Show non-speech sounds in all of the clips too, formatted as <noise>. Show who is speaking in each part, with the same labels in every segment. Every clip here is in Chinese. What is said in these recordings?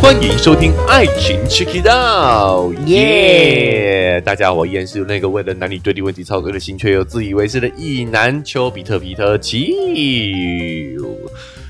Speaker 1: 欢迎收听《爱情 Check It Out》，耶！大家好，我依然是那个为了男女对立问题操碎了心却又自以为是的意男丘比特皮特奇。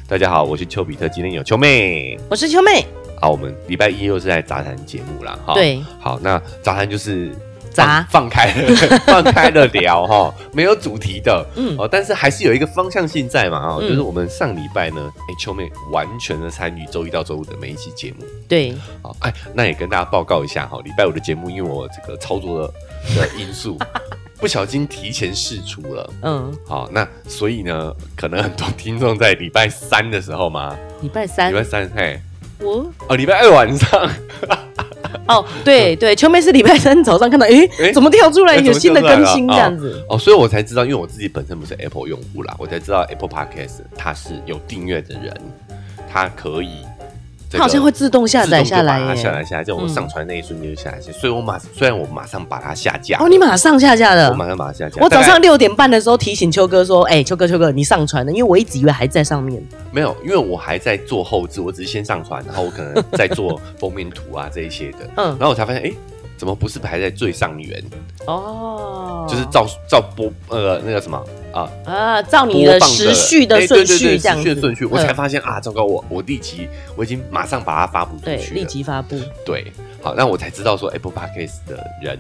Speaker 1: 大家好，我是丘比特，今天有丘妹。
Speaker 2: 我是秋妹，
Speaker 1: 好，我们礼拜一又是在杂谈节目啦，哈。
Speaker 2: 对，
Speaker 1: 好，那杂谈就是
Speaker 2: 杂
Speaker 1: 放放开
Speaker 2: <laughs>
Speaker 1: 了，放开了聊哈，没有主题的，
Speaker 2: 嗯
Speaker 1: 哦，但是还是有一个方向性在嘛，哦，
Speaker 2: 嗯
Speaker 1: 就是我们上礼拜呢，哎、秋妹完全的参与周一到周五的每一期节目，
Speaker 2: 对，
Speaker 1: 好，哎，那也跟大家报告一下哈，礼拜五的节目，因为我这个操作的的因素， <laughs> 不小心提前试出了。
Speaker 2: 嗯，
Speaker 1: 好，那所以呢，可能很多听众在礼拜三的时候嘛，
Speaker 2: 礼拜
Speaker 1: 礼
Speaker 2: 三
Speaker 1: 拜三，嘿，
Speaker 2: 我
Speaker 1: 哦，礼拜二晚上，
Speaker 2: 哦，对对，秋妹是礼拜三早上看到，
Speaker 1: 嗯诶
Speaker 2: 诶，怎么跳出来
Speaker 1: 诶
Speaker 2: 有新的
Speaker 1: 怎么跳出
Speaker 2: 更
Speaker 1: 来了
Speaker 2: 新
Speaker 1: 哦
Speaker 2: 这样子？
Speaker 1: 哦，所以我才知道，因为我自己本身不是 Apple 用户啦，我才知道 Apple Podcast 它是有订阅的人，它可以、这
Speaker 2: 它
Speaker 1: 个
Speaker 2: 好像会自动下载下
Speaker 1: 自动就把它
Speaker 2: 来
Speaker 1: 下载
Speaker 2: 耶。
Speaker 1: 下来，就我
Speaker 2: 嗯
Speaker 1: 上传那一瞬间就下载下来，所以我马虽然我马上把它下架，
Speaker 2: 哦，你马上下架
Speaker 1: 我
Speaker 2: 了。
Speaker 1: 马上把它下架，
Speaker 2: 我早
Speaker 1: 大概
Speaker 2: 上六点半的时候提醒秋哥说：“哎、秋哥，秋哥，你上传了，因为我一直以为还在上面。
Speaker 1: 没有，因为我还在做后置，我只是先上传，然后我可能在做封面图啊这一些
Speaker 2: <laughs>
Speaker 1: 的，
Speaker 2: 嗯
Speaker 1: 然后我才发现，哎、怎么不是排在最上缘？”
Speaker 2: 哦，
Speaker 1: 就是照照播呃那个什么啊，
Speaker 2: 啊，照
Speaker 1: 播
Speaker 2: 你的
Speaker 1: 放
Speaker 2: 时序的
Speaker 1: 哎
Speaker 2: 顺
Speaker 1: 对对
Speaker 2: 序
Speaker 1: 对
Speaker 2: 这样
Speaker 1: 时
Speaker 2: 子，
Speaker 1: 序的顺序，我才
Speaker 2: 嗯
Speaker 1: 发现啊，糟糕，我我立即我已经马上把它发布出
Speaker 2: 对
Speaker 1: 去
Speaker 2: 立
Speaker 1: 了，
Speaker 2: 即发布。
Speaker 1: 对，好，那我才知道说 Apple Podcast 的人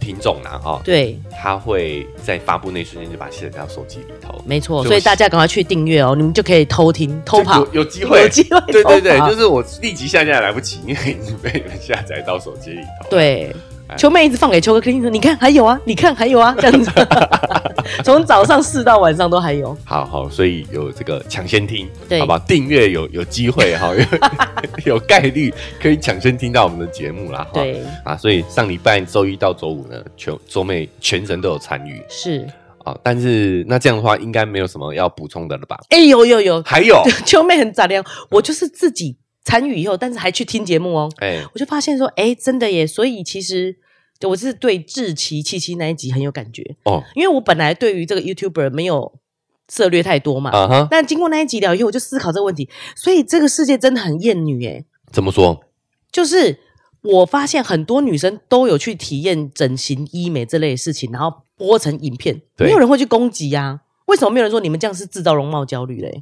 Speaker 1: 听众啦哈，
Speaker 2: 对，
Speaker 1: 他会在发布那一瞬间就把它卸载到手机里头，
Speaker 2: 没错，
Speaker 1: 就
Speaker 2: 所以大家赶快去订阅哦，你们就可以偷听、偷跑
Speaker 1: 就，有有机会
Speaker 2: 有机会偷跑。
Speaker 1: <laughs> 对对对，就是我立即下架也来不及，因为你被人下载到手机里头。，
Speaker 2: 对
Speaker 1: 哎，
Speaker 2: 球妹一直放给秋哥听，说你看还有啊，你看还有啊， <laughs> 这样子，从早上试到晚上都还有。
Speaker 1: 好好，所以有这个抢先听，
Speaker 2: 对
Speaker 1: 好吧，订阅有有机会
Speaker 2: <laughs>
Speaker 1: 哈，有有概率可以抢先听到我们的节目啦。哈，
Speaker 2: 对，
Speaker 1: 啊，所以上礼拜周一到周五呢，全周妹全程都有参与
Speaker 2: 是，
Speaker 1: 啊，但是那这样的话，应该没有什么要补充的了
Speaker 2: <laughs>
Speaker 1: 吧？
Speaker 2: 哎、有有有，
Speaker 1: 还有，
Speaker 2: 秋妹很咋亮，我就是自己参与以后，但是还去听节目哦，
Speaker 1: 哎，
Speaker 2: 我就发现说，哎、真的耶，所以其实。就我是对志奇七七那一集很有感觉， <laughs>
Speaker 1: 哦，
Speaker 2: 因为我本来对于这个 YouTuber 没有涉略太多嘛，
Speaker 1: 啊哈，
Speaker 2: 但经过那一集聊以后，我就思考这个问题，所以这个世界真的很厌女哎、
Speaker 1: 怎么说？
Speaker 2: 就是我发现很多女生都有去体验整形、医美这类的事情，然后播成影片，
Speaker 1: 对
Speaker 2: 没有人会去攻击啊。为什么没有人说你们这样是制造容貌焦虑嘞？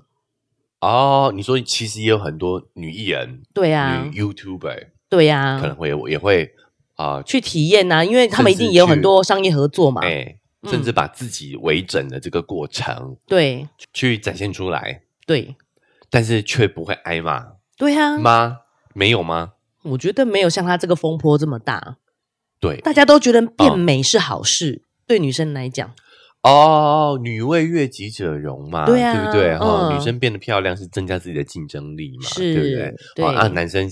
Speaker 1: 哦，你说其实也有很多女艺人、
Speaker 2: 对啊
Speaker 1: 女，YouTuber
Speaker 2: 对
Speaker 1: 可能
Speaker 2: 啊，
Speaker 1: 会也会啊，
Speaker 2: 去体验啊，因为他们一定也有很多商业合作嘛。
Speaker 1: 哎，
Speaker 2: 嗯
Speaker 1: 甚至把自己微整的这个过程
Speaker 2: 对
Speaker 1: 去展现出来，
Speaker 2: 对
Speaker 1: 但是却不会挨骂
Speaker 2: 对啊，
Speaker 1: 吗？没有吗？
Speaker 2: 我觉得没有像他这个风波这么大，
Speaker 1: 对
Speaker 2: 大家都觉得变
Speaker 1: 嗯
Speaker 2: 美是好事，对女生来讲，
Speaker 1: 哦，女为悦己者容嘛，
Speaker 2: 对啊
Speaker 1: 不对？哈、
Speaker 2: 嗯
Speaker 1: 女生变得漂亮是增加自己的竞争力嘛，
Speaker 2: 是
Speaker 1: 对不对？
Speaker 2: 对
Speaker 1: 哦啊，男生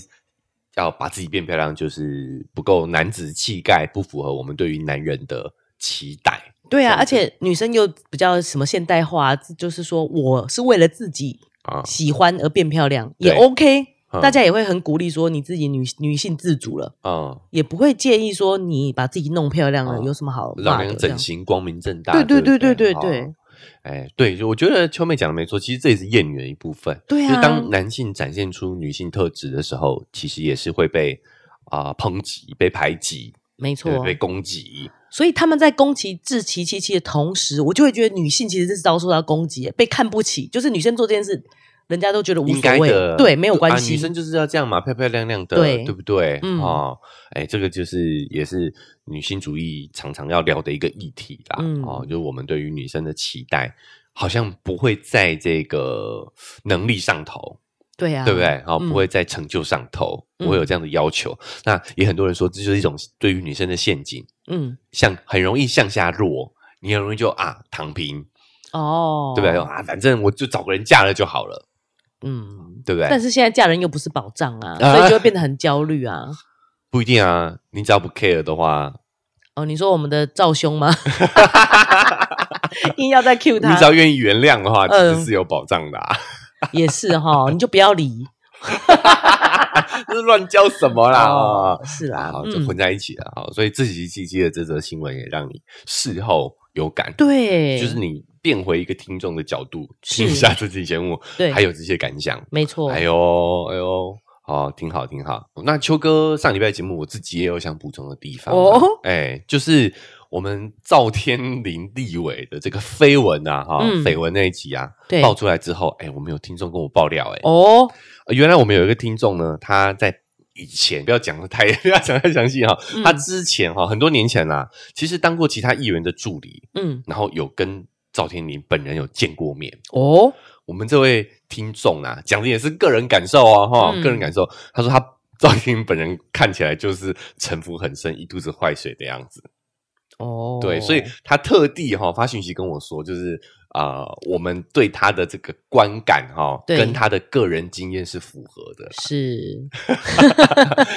Speaker 1: 要把自己变漂亮，就是不够男子气概，不符合我们对于男人的期待。
Speaker 2: 对
Speaker 1: 这
Speaker 2: 啊，
Speaker 1: 样
Speaker 2: 而
Speaker 1: 子
Speaker 2: 且女生又比较什么现代化，啊就是说我是为了自己
Speaker 1: 啊，
Speaker 2: 喜欢而变漂亮也
Speaker 1: 对
Speaker 2: OK，、
Speaker 1: 嗯
Speaker 2: 大家也会很鼓励说你自己女女性自主了，
Speaker 1: 嗯，
Speaker 2: 也不会介意说你把自己弄漂亮了、
Speaker 1: 嗯
Speaker 2: 有什么好
Speaker 1: 老
Speaker 2: 骂的
Speaker 1: 娘
Speaker 2: 这
Speaker 1: 整
Speaker 2: 样。
Speaker 1: 形光明正大，
Speaker 2: 对
Speaker 1: 对
Speaker 2: 对对
Speaker 1: 不对
Speaker 2: 对对对
Speaker 1: 哦哎，对，就我觉得秋妹讲的没错，其实这也是艳女的一部分。
Speaker 2: 对
Speaker 1: 就是
Speaker 2: 啊，
Speaker 1: 当男性展现出女性特质的时候，其实也是会被啊、抨击、被排挤、
Speaker 2: 没
Speaker 1: 对
Speaker 2: 错
Speaker 1: 被。攻击。
Speaker 2: 所以他们在攻击自其其其的同时，我就会觉得女性其实是遭受到攻击，被看不起。就是女生做这件事，人家都觉得无
Speaker 1: 应
Speaker 2: 所
Speaker 1: 该
Speaker 2: 谓
Speaker 1: 的，，
Speaker 2: 对，没有关
Speaker 1: 啊。女
Speaker 2: 系。
Speaker 1: 生就是要这样嘛，漂漂亮亮的，
Speaker 2: 对
Speaker 1: 不对？
Speaker 2: 嗯
Speaker 1: 哦，哎，这个就是也是女性主义常常要聊的一个议题啦。
Speaker 2: 嗯
Speaker 1: 哦，就是我们对于女生的期待，好像不会在这个能力上头，
Speaker 2: 对啊，
Speaker 1: 对不对？哦，
Speaker 2: 嗯
Speaker 1: 不会在成就上头，
Speaker 2: 嗯
Speaker 1: 不会有这样的要求。那也很多人说，这就是一种对于女生的陷阱，
Speaker 2: 嗯，
Speaker 1: 向很容易向下落。你很容易就啊躺平，
Speaker 2: 哦，
Speaker 1: 对不对？？啊，反正我就找个人嫁了就好了，
Speaker 2: 嗯，
Speaker 1: 对不对？
Speaker 2: 但是现在嫁人又不是保障啊，
Speaker 1: 啊
Speaker 2: 所以就会变得很焦虑啊。
Speaker 1: 不一定啊，你只要不 care 的话，
Speaker 2: 哦，你说我们的赵兄
Speaker 1: <laughs>
Speaker 2: 吗？硬要再 cue
Speaker 1: 你
Speaker 2: 他
Speaker 1: 只，要愿意原谅的话，其
Speaker 2: 嗯
Speaker 1: 实是有保障的、啊。 <laughs>
Speaker 2: 也是哈，你就不要理。
Speaker 1: 这是乱教什么啦？
Speaker 2: 哦
Speaker 1: 哦、
Speaker 2: 是啦
Speaker 1: 好，，就
Speaker 2: 嗯，
Speaker 1: 混在一起了。好，所以这几期期的这则新闻也让你事后有感，
Speaker 2: 对，
Speaker 1: 就是你变回一个听众的角度
Speaker 2: 是
Speaker 1: 听一下这期节目，
Speaker 2: 对哦
Speaker 1: 还有这些感想，
Speaker 2: 没错，
Speaker 1: 哎呦哎呦，哦，挺好挺好。那秋哥上礼拜节目，我自己也有想补充的地方啊、
Speaker 2: 哦
Speaker 1: 哎，就是我们赵天林立委的这个绯闻啊，哈、
Speaker 2: 嗯
Speaker 1: 绯闻那一集啊，
Speaker 2: 对
Speaker 1: 爆出来之后，哎，我们有听众跟我爆料、哎、
Speaker 2: 哦，
Speaker 1: 呃原来我们有一个听众呢，他在。以前不要讲的太 <laughs> 不要讲太详细哈、
Speaker 2: 嗯
Speaker 1: 他之前哈、很多年前啦、其实当过其他议员的助理，
Speaker 2: 嗯，
Speaker 1: 然后有跟赵天林本人有见过面。
Speaker 2: 哦，
Speaker 1: 我们这位听众啊，讲的也是个人感受哦，哈、
Speaker 2: 嗯
Speaker 1: 个人感受。他说他赵天林本人看起来就是城府很深、一肚子坏水的样子。
Speaker 2: 哦，
Speaker 1: 对，所以他特地哈、发讯息跟我说，就是啊、呃我们对他的这个观感哈、
Speaker 2: 对
Speaker 1: 跟他的个人经验是符合的。
Speaker 2: 是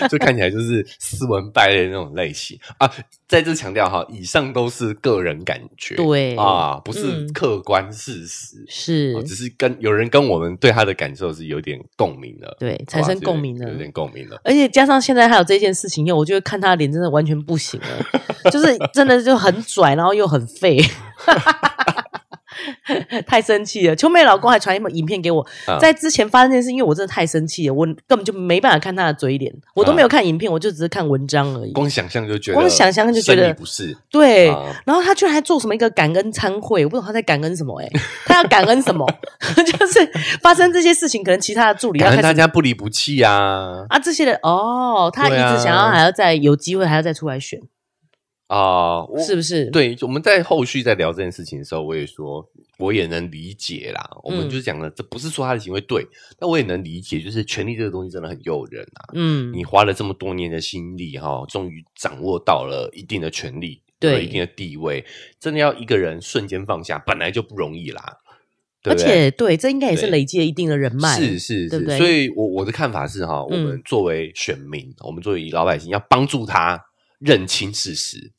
Speaker 1: 就看起来就是斯文败类那种类型啊。再次强调哈，以上都是个人感觉，
Speaker 2: 对
Speaker 1: 啊，不是
Speaker 2: 嗯
Speaker 1: 客观事实，
Speaker 2: 是
Speaker 1: 哦，只是跟有人跟我们对他的感受是有点共鸣的，
Speaker 2: 对
Speaker 1: 好吧
Speaker 2: 产生
Speaker 1: 是有
Speaker 2: 共鸣的
Speaker 1: 有点共鸣了。
Speaker 2: 而且加上现在还有这件事情，因为我就会看他的脸真的完全不行了， <laughs> 就是真的就很拽，然后又很废， <laughs> 太生气了。秋妹老公还传一影片给我，
Speaker 1: 啊
Speaker 2: 在之前发生这件事，因为我真的太生气了，我根本就没办法看他的嘴脸，我都没有看影片，我就只是看文章而已。
Speaker 1: 光想象就觉得，
Speaker 2: 光想象就觉得
Speaker 1: 不是
Speaker 2: 对，
Speaker 1: 啊
Speaker 2: 然后他居然还做什么一个感恩餐会，我不懂他在感恩什么哎、他要感恩什么？ <laughs> 就是发生这些事情，可能其他的助理要
Speaker 1: 感
Speaker 2: 开
Speaker 1: 恩大
Speaker 2: 始
Speaker 1: 家不离不弃啊
Speaker 2: 啊，这些人哦，他一
Speaker 1: 对啊
Speaker 2: 直想要还要再有机会还要再出来选，
Speaker 1: 啊，我
Speaker 2: 是不是？，
Speaker 1: 对，我们在后续在聊这件事情的时候，我也说，我也能理解啦。我们
Speaker 2: 嗯
Speaker 1: 就讲了，这不是说他的行为对，但我也能理解，就是权力这个东西真的很诱人啊。
Speaker 2: 嗯，
Speaker 1: 你花了这么多年的心力，哈，终于掌握到了一定的权力，
Speaker 2: 对
Speaker 1: 有了一定的地位，真的要一个人瞬间放下，本来就不容易啦，对
Speaker 2: 而
Speaker 1: 不对？
Speaker 2: 且对，这应该也是
Speaker 1: 对
Speaker 2: 累积了一定的人脉，
Speaker 1: 是是
Speaker 2: 对不
Speaker 1: 是，
Speaker 2: 对
Speaker 1: 所以我我的看法是哈，我们
Speaker 2: 嗯
Speaker 1: 作为选民，我们作为老百姓，要帮助他认清事实。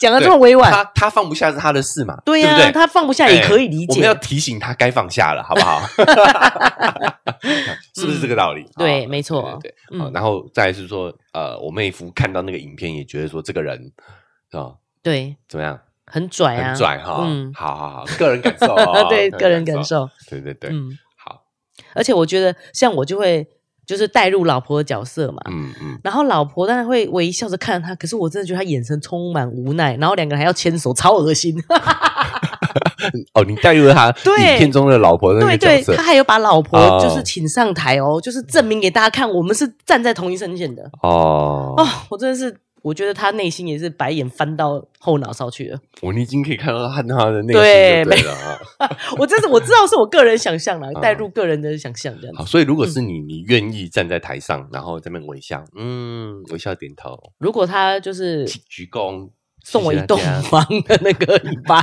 Speaker 2: 讲的这么委婉，
Speaker 1: 他他放不下是他的事嘛，
Speaker 2: 对
Speaker 1: 不
Speaker 2: 呀、
Speaker 1: 对？哎
Speaker 2: 他放不下也可以理
Speaker 1: 我们
Speaker 2: 解，
Speaker 1: 要提醒他该放下了，好不
Speaker 2: <laughs>
Speaker 1: 好？ <laughs> 是不是这个道理？
Speaker 2: 对
Speaker 1: 啊
Speaker 2: 没错
Speaker 1: 对对对好
Speaker 2: 嗯
Speaker 1: 然后再来是说，呃，我妹夫看到那个影片也觉得说这个人啊
Speaker 2: 对，
Speaker 1: 怎么样，
Speaker 2: 很拽啊，
Speaker 1: 很拽哈。
Speaker 2: 嗯，
Speaker 1: 好好好，个人感受啊
Speaker 2: <laughs> 对，个人感，受，
Speaker 1: 对对对，
Speaker 2: 嗯，
Speaker 1: 好，
Speaker 2: 而且我觉得像我就会就是带入老婆的角色嘛，
Speaker 1: 嗯嗯，
Speaker 2: 然后老婆当然会微笑着看着他，可是我真的觉得他眼神充满无奈，然后两个人还要牵手，超恶心。 <laughs>
Speaker 1: 哦，你带入了他
Speaker 2: 对
Speaker 1: 影片中的老婆的那
Speaker 2: 对
Speaker 1: 个角
Speaker 2: 对，
Speaker 1: 色
Speaker 2: 他还有把老婆
Speaker 1: 哦
Speaker 2: 就是请上台哦，就是证明给大家看，我们是站在同一阵线的。
Speaker 1: 哦
Speaker 2: 哦，我真的是，我觉得他内心也是白眼翻到后脑勺去了。
Speaker 1: 我已经可以看到他他的内心就
Speaker 2: 对
Speaker 1: 对了啊。
Speaker 2: 我真是我知道是我个人想象啦，带入个人的想象这样
Speaker 1: 嗯好，
Speaker 2: 子。
Speaker 1: 所以如果是你，你愿意站在台上，然后在那边微笑，嗯，微笑点头，
Speaker 2: 如果他就是
Speaker 1: 鞠鞠躬，
Speaker 2: 送我一
Speaker 1: 谢谢大
Speaker 2: 栋
Speaker 1: 家
Speaker 2: <laughs> 房的那个尾巴，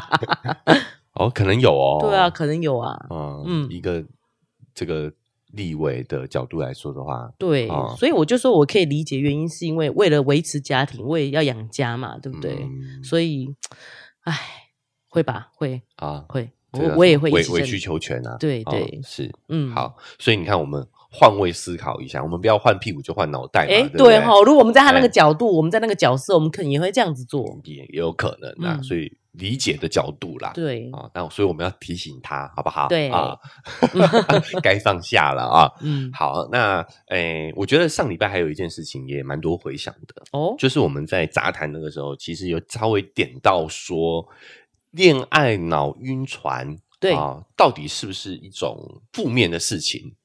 Speaker 1: 哦，可能有哦。
Speaker 2: <laughs> 对啊，，可能有啊。
Speaker 1: 嗯
Speaker 2: 嗯
Speaker 1: 一个这个立委的角度来说的话，
Speaker 2: 对，
Speaker 1: 哦
Speaker 2: 所以我就说我可以理解原因，是因为为了维持家庭，我也要养家嘛，对不对？
Speaker 1: 嗯
Speaker 2: 所以，唉，会吧，会
Speaker 1: 啊，
Speaker 2: 会，
Speaker 1: 这个
Speaker 2: 我我也会一
Speaker 1: 委
Speaker 2: 起
Speaker 1: 委
Speaker 2: 争
Speaker 1: 曲求全啊。
Speaker 2: 对
Speaker 1: 哦
Speaker 2: 对
Speaker 1: 是
Speaker 2: 嗯，
Speaker 1: 好，所以你看，我们换位思考一下，我们不要换屁股就换脑袋嘛，
Speaker 2: 哎，
Speaker 1: 不对
Speaker 2: 对哈，如果我们在他那个
Speaker 1: 哎哦
Speaker 2: 角度，我们在那个角色，我们可能也会这样子做。
Speaker 1: 也也有可能啊，
Speaker 2: 嗯
Speaker 1: 所以理解的角度啦。
Speaker 2: 对，
Speaker 1: 啊，那所以我们要提醒他，好不好？
Speaker 2: 对 <laughs>
Speaker 1: 啊，该放下了啊。
Speaker 2: 嗯，
Speaker 1: 好，那诶，我觉得上礼拜还有一件事情也蛮多回想的，
Speaker 2: 哦，
Speaker 1: 就是我们在杂谈那个时候，其实有稍微点到说，恋爱脑晕船，
Speaker 2: 对
Speaker 1: 啊，到底是不是一种负面的事情？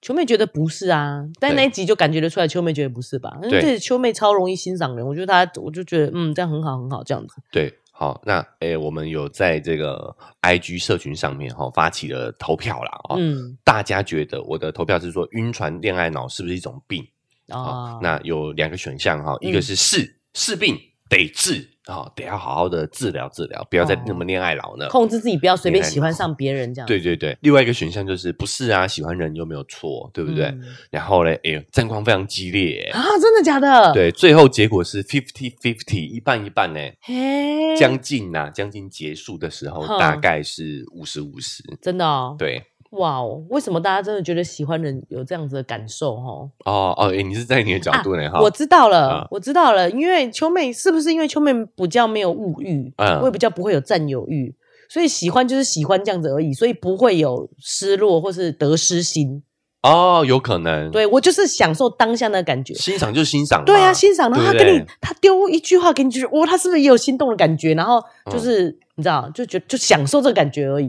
Speaker 2: 秋妹觉得不是啊，但
Speaker 1: 对
Speaker 2: 那一集就感觉得出来，秋妹觉得不是吧？因
Speaker 1: 对
Speaker 2: 为这秋妹超容易欣赏人，我觉得她，我就觉得嗯，这样很好，很好，这样子。
Speaker 1: 对，好，那诶，我们有在这个 I G 社群上面哈、发起了投票啦啊、
Speaker 2: 嗯
Speaker 1: 大家觉得我的投票是说晕船恋爱脑是不是一种病？啊、
Speaker 2: 啊，
Speaker 1: 那有两个选项哈，一个
Speaker 2: 嗯
Speaker 1: 是是是病得治啊、得要好好的治疗治疗，不要再
Speaker 2: 哦
Speaker 1: 那么恋爱脑了。
Speaker 2: 控制自己不要随便
Speaker 1: 恋爱
Speaker 2: 喜欢
Speaker 1: 脑
Speaker 2: 上别人这样。
Speaker 1: 对对对，另外一个选项就是不是啊，喜欢人又没有错，对不对？
Speaker 2: 嗯
Speaker 1: 然后嘞，哎呦，战况非常激烈、
Speaker 2: 啊，真的假的？，
Speaker 1: 对，最后结果是 fifty fifty，一半一半呢、欸
Speaker 2: 嘿，
Speaker 1: 将近呐、啊，将近结束的时候
Speaker 2: 哼
Speaker 1: 大概是五十五十，
Speaker 2: 真的哦，
Speaker 1: 对，
Speaker 2: 哇哦，为什么大家真的觉得喜欢人有这样子的感受？哦，
Speaker 1: 哦哦，诶你是在你的角度呢哈、
Speaker 2: 啊我知道了，
Speaker 1: 啊
Speaker 2: 我知道了，因为秋妹是不是因为秋妹比较没有物欲，
Speaker 1: 嗯
Speaker 2: 我也比较不会有占有欲，所以喜欢就是喜欢这样子而已，所以不会有失落或是得失心。
Speaker 1: 哦，有可能，，
Speaker 2: 对我就是享受当下的感觉。
Speaker 1: 欣赏就欣赏嘛，
Speaker 2: 对啊，欣赏，然后他跟你，
Speaker 1: 对不对
Speaker 2: 他丢一句话给你，就是哇，他是不是也有心动的感觉？然后
Speaker 1: 嗯
Speaker 2: 就是、你知道，就觉就享受这个感觉而已。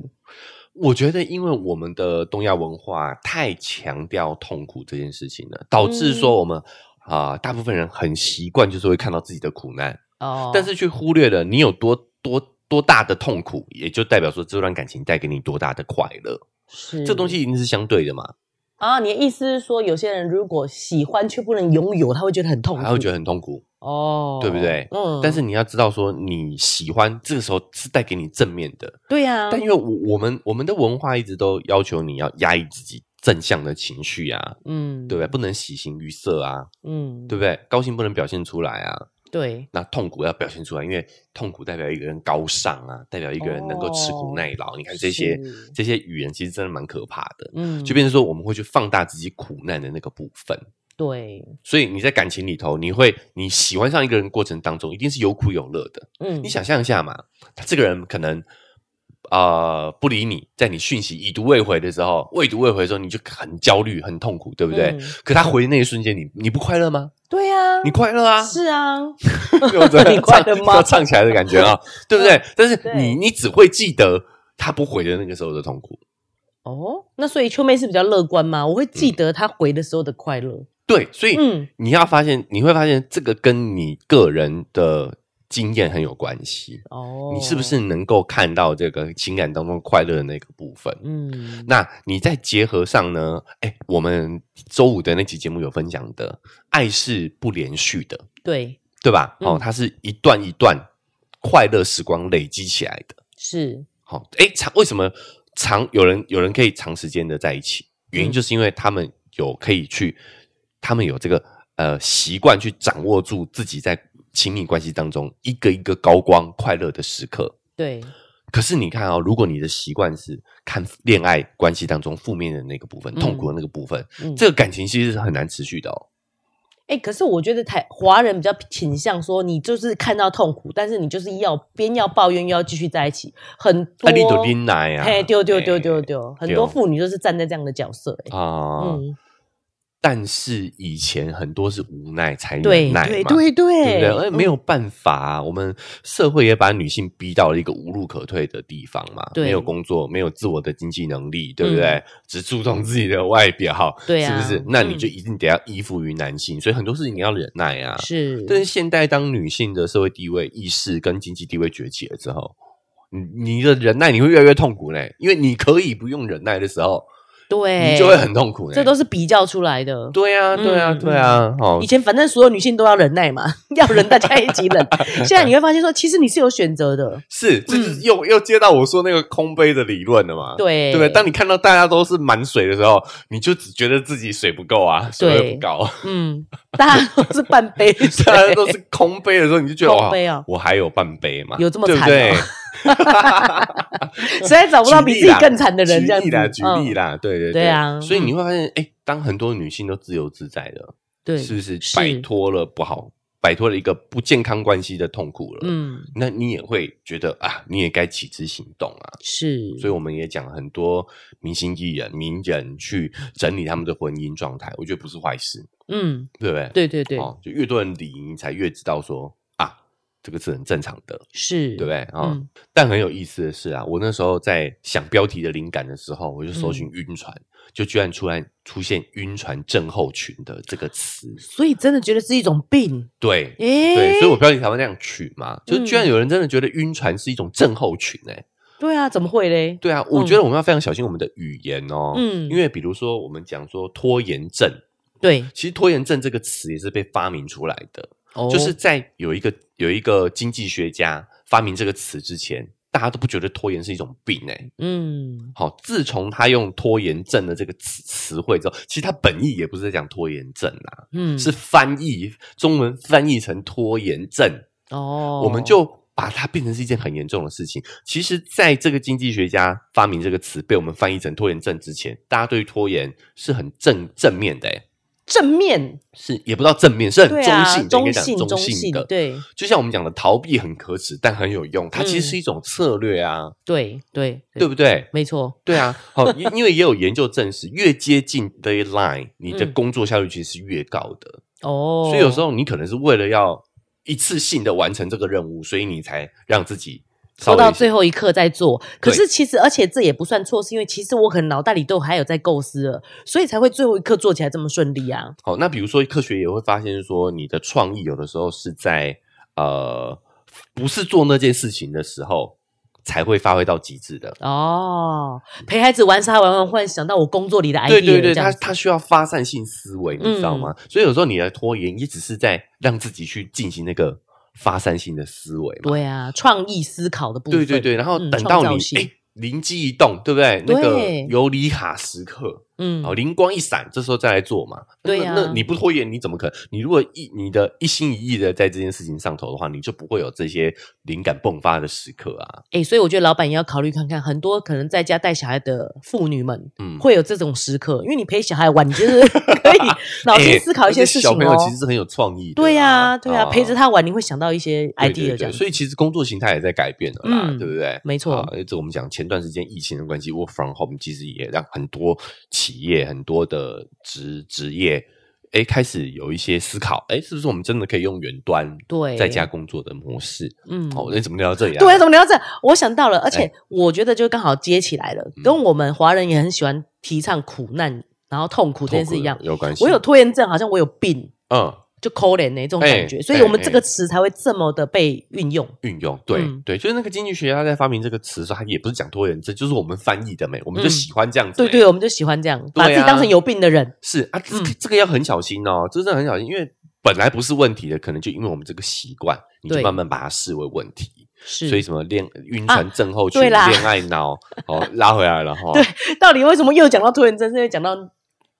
Speaker 1: 我觉得，因为我们的东亚文化太强调痛苦这件事情了，导
Speaker 2: 嗯
Speaker 1: 致说我们啊、大部分人很习惯就是会看到自己的苦难，
Speaker 2: 哦，
Speaker 1: 但是却忽略了你有多多多大的痛苦，也就代表说这段感情带给你多大的快乐。
Speaker 2: 是
Speaker 1: 这东西一定是相对的嘛，
Speaker 2: 啊，你的意思是说，有些人如果喜欢却不能拥有，他会觉得很痛苦，
Speaker 1: 他会觉得很痛苦。
Speaker 2: 哦，
Speaker 1: 对不对
Speaker 2: 嗯
Speaker 1: 但是你要知道说，你喜欢这个时候是带给你正面的，
Speaker 2: 对呀、
Speaker 1: 但因为我我们我们的文化一直都要求你要压抑自己正向的情绪啊，
Speaker 2: 嗯，
Speaker 1: 对不对？不能喜形于色啊，
Speaker 2: 嗯，
Speaker 1: 对不对？高兴不能表现出来啊。
Speaker 2: 对，
Speaker 1: 那痛苦要表现出来，因为痛苦代表一个人高尚啊，代表一个人能够吃苦耐劳。你看这些
Speaker 2: 是
Speaker 1: 这些语言，其实真的蛮可怕的。
Speaker 2: 嗯，
Speaker 1: 就变成说，我们会去放大自己苦难的那个部分。
Speaker 2: 对，
Speaker 1: 所以你在感情里头，你会你喜欢上一个人过程当中，一定是有苦有乐的。
Speaker 2: 嗯，
Speaker 1: 你想象一下嘛，他这个人可能呃不理你，在你讯息已读未回的时候，未读未回的时候，你就很焦虑、很痛苦，对不对？
Speaker 2: 嗯
Speaker 1: 可他回的那一瞬间，你你不快乐吗？
Speaker 2: 对呀、
Speaker 1: 你快乐啊，
Speaker 2: 是啊，
Speaker 1: 对不对？
Speaker 2: 你快乐吗
Speaker 1: <laughs>
Speaker 2: 嗯
Speaker 1: 要唱起来的感觉
Speaker 2: <laughs>
Speaker 1: 啊，对不对？但是
Speaker 2: 对
Speaker 1: 你你只会记得他不回的那个时候的痛苦。
Speaker 2: 哦，那所以秋妹是比较乐观吗？
Speaker 1: 嗯
Speaker 2: 我会记得她回的时候的快乐，
Speaker 1: 对，所以
Speaker 2: 嗯，
Speaker 1: 你要发现，你会发现这个跟你个人的经验很有关系。
Speaker 2: 哦，
Speaker 1: 你是不是能够看到这个情感当中快乐的那个部分？
Speaker 2: 嗯，
Speaker 1: 那你再结合上呢？哎，我们周五的那期节目有分享的，爱是不连续的，
Speaker 2: 对，
Speaker 1: 对吧？
Speaker 2: 嗯
Speaker 1: 哦，它是一段一段快乐时光累积起来的。
Speaker 2: 是
Speaker 1: 好、哎，长为什么长有人有人可以长时间的在一起？原因
Speaker 2: 嗯
Speaker 1: 就是因为他们有可以去，他们有这个呃习惯去掌握住自己在亲密关系当中一个一个高光快乐的时刻。
Speaker 2: 对，
Speaker 1: 可是你看啊、哦，如果你的习惯是看恋爱关系当中负面的那个部分、
Speaker 2: 嗯
Speaker 1: 痛苦的那个部分，
Speaker 2: 嗯，
Speaker 1: 这个感情其实是很难持续的哦。
Speaker 2: 哎、可是我觉得台华人比较倾向说，你就是看到痛苦，但是你就是要边要抱怨又要继续在一起，很多
Speaker 1: 那你都拎来啊，
Speaker 2: 嘿，丢丢丢丢
Speaker 1: 哎
Speaker 2: 丢，很多妇女就是站在这样的角色、欸，
Speaker 1: 啊！
Speaker 2: 嗯，
Speaker 1: 但是以前很多是无奈才
Speaker 2: 对
Speaker 1: 忍耐嘛，
Speaker 2: 对对对，嗯
Speaker 1: 对不对？而没
Speaker 2: 有、
Speaker 1: 有办法、啊，我们社会也把女性逼到了一个无路可退的地方嘛。
Speaker 2: 对
Speaker 1: 没有工作，没有自我的经济能力，对不
Speaker 2: 嗯
Speaker 1: 对？只注重自己的外表，
Speaker 2: 对啊
Speaker 1: 是不是？那你
Speaker 2: 嗯
Speaker 1: 就一定得要依附于男性，所以很多事情你要忍耐啊。
Speaker 2: 是，
Speaker 1: 但是现代当女性的社会地位、意识跟经济地位崛起了之后，你你的忍耐你会越来越痛苦嘞，因为你可以不用忍耐的时候，
Speaker 2: 对，
Speaker 1: 你就会很痛苦嘞。
Speaker 2: 这都是比较出来的。
Speaker 1: 对啊，对啊，
Speaker 2: 嗯
Speaker 1: 对啊，哦
Speaker 2: 以，前反正所有女性都要忍耐嘛， <laughs> 要忍大家一起
Speaker 1: <laughs>
Speaker 2: 忍。现在你会发现说，其实你是有选择的，
Speaker 1: 是，这就是
Speaker 2: 嗯
Speaker 1: 又、又接到我说那个空杯的理论了嘛？
Speaker 2: 对
Speaker 1: 对不对？当你看到大家都是满水的时候，你就只觉得自己水不够啊，水位不高， <laughs>
Speaker 2: 嗯，大家都是半杯水
Speaker 1: 大，家都是空杯的时候，你就觉得
Speaker 2: 空杯啊
Speaker 1: 哇，我还有半杯嘛？
Speaker 2: 有这么
Speaker 1: 对不
Speaker 2: 惨
Speaker 1: 对
Speaker 2: 哦？
Speaker 1: <laughs>
Speaker 2: 实在找不到比自己更惨的人，
Speaker 1: 举
Speaker 2: 这样
Speaker 1: 例啦，
Speaker 2: 子。
Speaker 1: 举例
Speaker 2: 嗯，
Speaker 1: 啦，对对
Speaker 2: 对啊
Speaker 1: 所以你会发现，哎，当很多女性都自由自在了，
Speaker 2: 对，
Speaker 1: 是不是
Speaker 2: 是
Speaker 1: 摆脱了不好，摆脱了一个不健康关系的痛苦了？
Speaker 2: 嗯，
Speaker 1: 那你也会觉得啊，你也该起之行动啊。
Speaker 2: 是，
Speaker 1: 所以我们也讲很多明星艺人、名人去整理他们的婚姻状态，我觉得不是坏事，
Speaker 2: 嗯，
Speaker 1: 对不对？
Speaker 2: 对对对，
Speaker 1: 哦，就越多人理，你才越知道说啊，这个是很正常的，
Speaker 2: 是，
Speaker 1: 对不对？啊、
Speaker 2: 嗯
Speaker 1: 但很有意思的是啊，我那时候在想标题的灵感的时候，我就搜
Speaker 2: 嗯
Speaker 1: 寻晕船，就居然突然出现晕船症候群的这个词，
Speaker 2: 所以真的觉得是一种病，
Speaker 1: 对。
Speaker 2: 诶，
Speaker 1: 对，所以我标题才会那样取嘛，就是居然
Speaker 2: 嗯
Speaker 1: 有人真的觉得晕船是一种症候群哎、
Speaker 2: 对啊，怎么会嘞？
Speaker 1: 对啊，我
Speaker 2: 嗯
Speaker 1: 觉得我们要非常小心我们的语言哦，
Speaker 2: 嗯
Speaker 1: 因为比如说我们讲说拖延症，
Speaker 2: 对，
Speaker 1: 其实拖延症这个词也是被发明出来的，
Speaker 2: 哦
Speaker 1: 就是在有一个有一个经济学家发明这个词之前，大家都不觉得拖延是一种病哎、
Speaker 2: 嗯，
Speaker 1: 好，自从他用拖延症的这个词词汇之后，其实他本意也不是在讲拖延症啊，
Speaker 2: 嗯
Speaker 1: 是翻译中文翻译成拖延症，
Speaker 2: 哦，
Speaker 1: 我们就把它变成是一件很严重的事情。其实，在这个经济学家发明这个词被我们翻译成拖延症之前，大家对拖延是很正正面的、欸，
Speaker 2: 正面
Speaker 1: 是也不知道正面，是很
Speaker 2: 对
Speaker 1: 中
Speaker 2: 啊，
Speaker 1: 性的，应
Speaker 2: 中
Speaker 1: 该讲
Speaker 2: 性
Speaker 1: 中
Speaker 2: 性
Speaker 1: 的。
Speaker 2: 对
Speaker 1: 就像我们讲的，逃避很可耻，但很有用，它其实是一种策略啊，
Speaker 2: 对嗯对
Speaker 1: 对，不对？
Speaker 2: 没错，
Speaker 1: 对啊，好，因因为也有研究证实，越接近 deadline，你的
Speaker 2: 嗯
Speaker 1: 工作效率其实是越高的。
Speaker 2: 哦，
Speaker 1: 所以有时候你可能是为了要一次性的完成这个任务，所以你才让自己稍
Speaker 2: 拖
Speaker 1: 微
Speaker 2: 到最后一刻再做。可
Speaker 1: 对
Speaker 2: 是其实，而且这也不算错，是因为其实我可能脑袋里都还有在构思了，所以才会最后一刻做起来这么顺利啊。
Speaker 1: 好。那比如说科学也会发现说，你的创意有的时候是在呃不是做那件事情的时候才会发挥到极致的。
Speaker 2: 哦，陪孩子玩沙玩玩，忽然想到我工作里的 idea，
Speaker 1: 对对对，
Speaker 2: 这
Speaker 1: 他
Speaker 2: 样子嗯
Speaker 1: 他需要发散性思维，你知道吗？所以有时候你的拖延也只是在让自己去进行那个发散性的思维嘛。
Speaker 2: 对啊，创意思考的部分，
Speaker 1: 对对对，然后
Speaker 2: 嗯
Speaker 1: 等
Speaker 2: 创
Speaker 1: 到
Speaker 2: 造
Speaker 1: 你
Speaker 2: 性
Speaker 1: 哎灵机一动，对不对？那个
Speaker 2: 对
Speaker 1: 尤里卡时刻，
Speaker 2: 嗯
Speaker 1: 哦，灵光一闪，这时候再来做嘛。
Speaker 2: 对啊
Speaker 1: 那
Speaker 2: 呀
Speaker 1: 那你不拖延，你怎么可能？你如果一你的一心一意的在这件事情上头的话，你就不会有这些灵感迸发的时刻啊。
Speaker 2: 哎、所以我觉得老板也要考虑看看，很多可能在家带小孩的妇女们
Speaker 1: 嗯，
Speaker 2: 会有这种时刻，因为你陪小孩玩，你就是 <laughs> 可以
Speaker 1: <laughs>
Speaker 2: 脑
Speaker 1: 哎
Speaker 2: 筋思考一些
Speaker 1: 而且
Speaker 2: 事情
Speaker 1: 小朋友
Speaker 2: 哦。
Speaker 1: 其实是很有创意的、啊
Speaker 2: 对呀、对呀、
Speaker 1: 哦
Speaker 2: 陪着他玩，你会想到一些
Speaker 1: 对
Speaker 2: idea
Speaker 1: 对
Speaker 2: 这
Speaker 1: 对，
Speaker 2: 样子
Speaker 1: 所以其实工作形态也在改变了啦，
Speaker 2: 嗯
Speaker 1: 对不对？
Speaker 2: 没错
Speaker 1: 啊这我们讲前段时间疫情的关系，work from home 其实也让很多企业、很多的职职业，哎，开始有一些思考，哎，是不是我们真的可以用远端
Speaker 2: 对
Speaker 1: 在家工作的模式？
Speaker 2: 嗯，
Speaker 1: 哦，那怎么聊到这里啊？
Speaker 2: 对，怎么聊到这？我想到了，而且
Speaker 1: 哎嗯
Speaker 2: 我觉得就刚好接起来了，跟我们华人也很喜欢提倡苦难然后痛苦这件事一样。
Speaker 1: 有关系。
Speaker 2: 我有拖延症，好像我有病，
Speaker 1: 嗯，
Speaker 2: 就抠脸呢这种感觉，
Speaker 1: 哎
Speaker 2: 所以我们
Speaker 1: 哎
Speaker 2: 这个词才会这么的被运用。
Speaker 1: 运用对、
Speaker 2: 嗯
Speaker 1: 对，就是那个经济学家在发明这个词的时候，他也不是讲拖延症，就是我们翻译的没，我们就
Speaker 2: 嗯
Speaker 1: 喜欢这样子、
Speaker 2: 对对，，我们就喜欢这样，把自己
Speaker 1: 对啊
Speaker 2: 当成有病的人。
Speaker 1: 是啊，这个
Speaker 2: 嗯
Speaker 1: 这个要很小心哦，真的很小心，因为本来不是问题的，可能就因为我们这个习惯，你就
Speaker 2: 对
Speaker 1: 慢慢把它视为问题。
Speaker 2: 是，啊
Speaker 1: 所以什么恋晕船症候群、
Speaker 2: 对啦
Speaker 1: 恋爱脑，哦，拉回来了哈。
Speaker 2: 对到底为什么又讲到拖延症，是因为讲到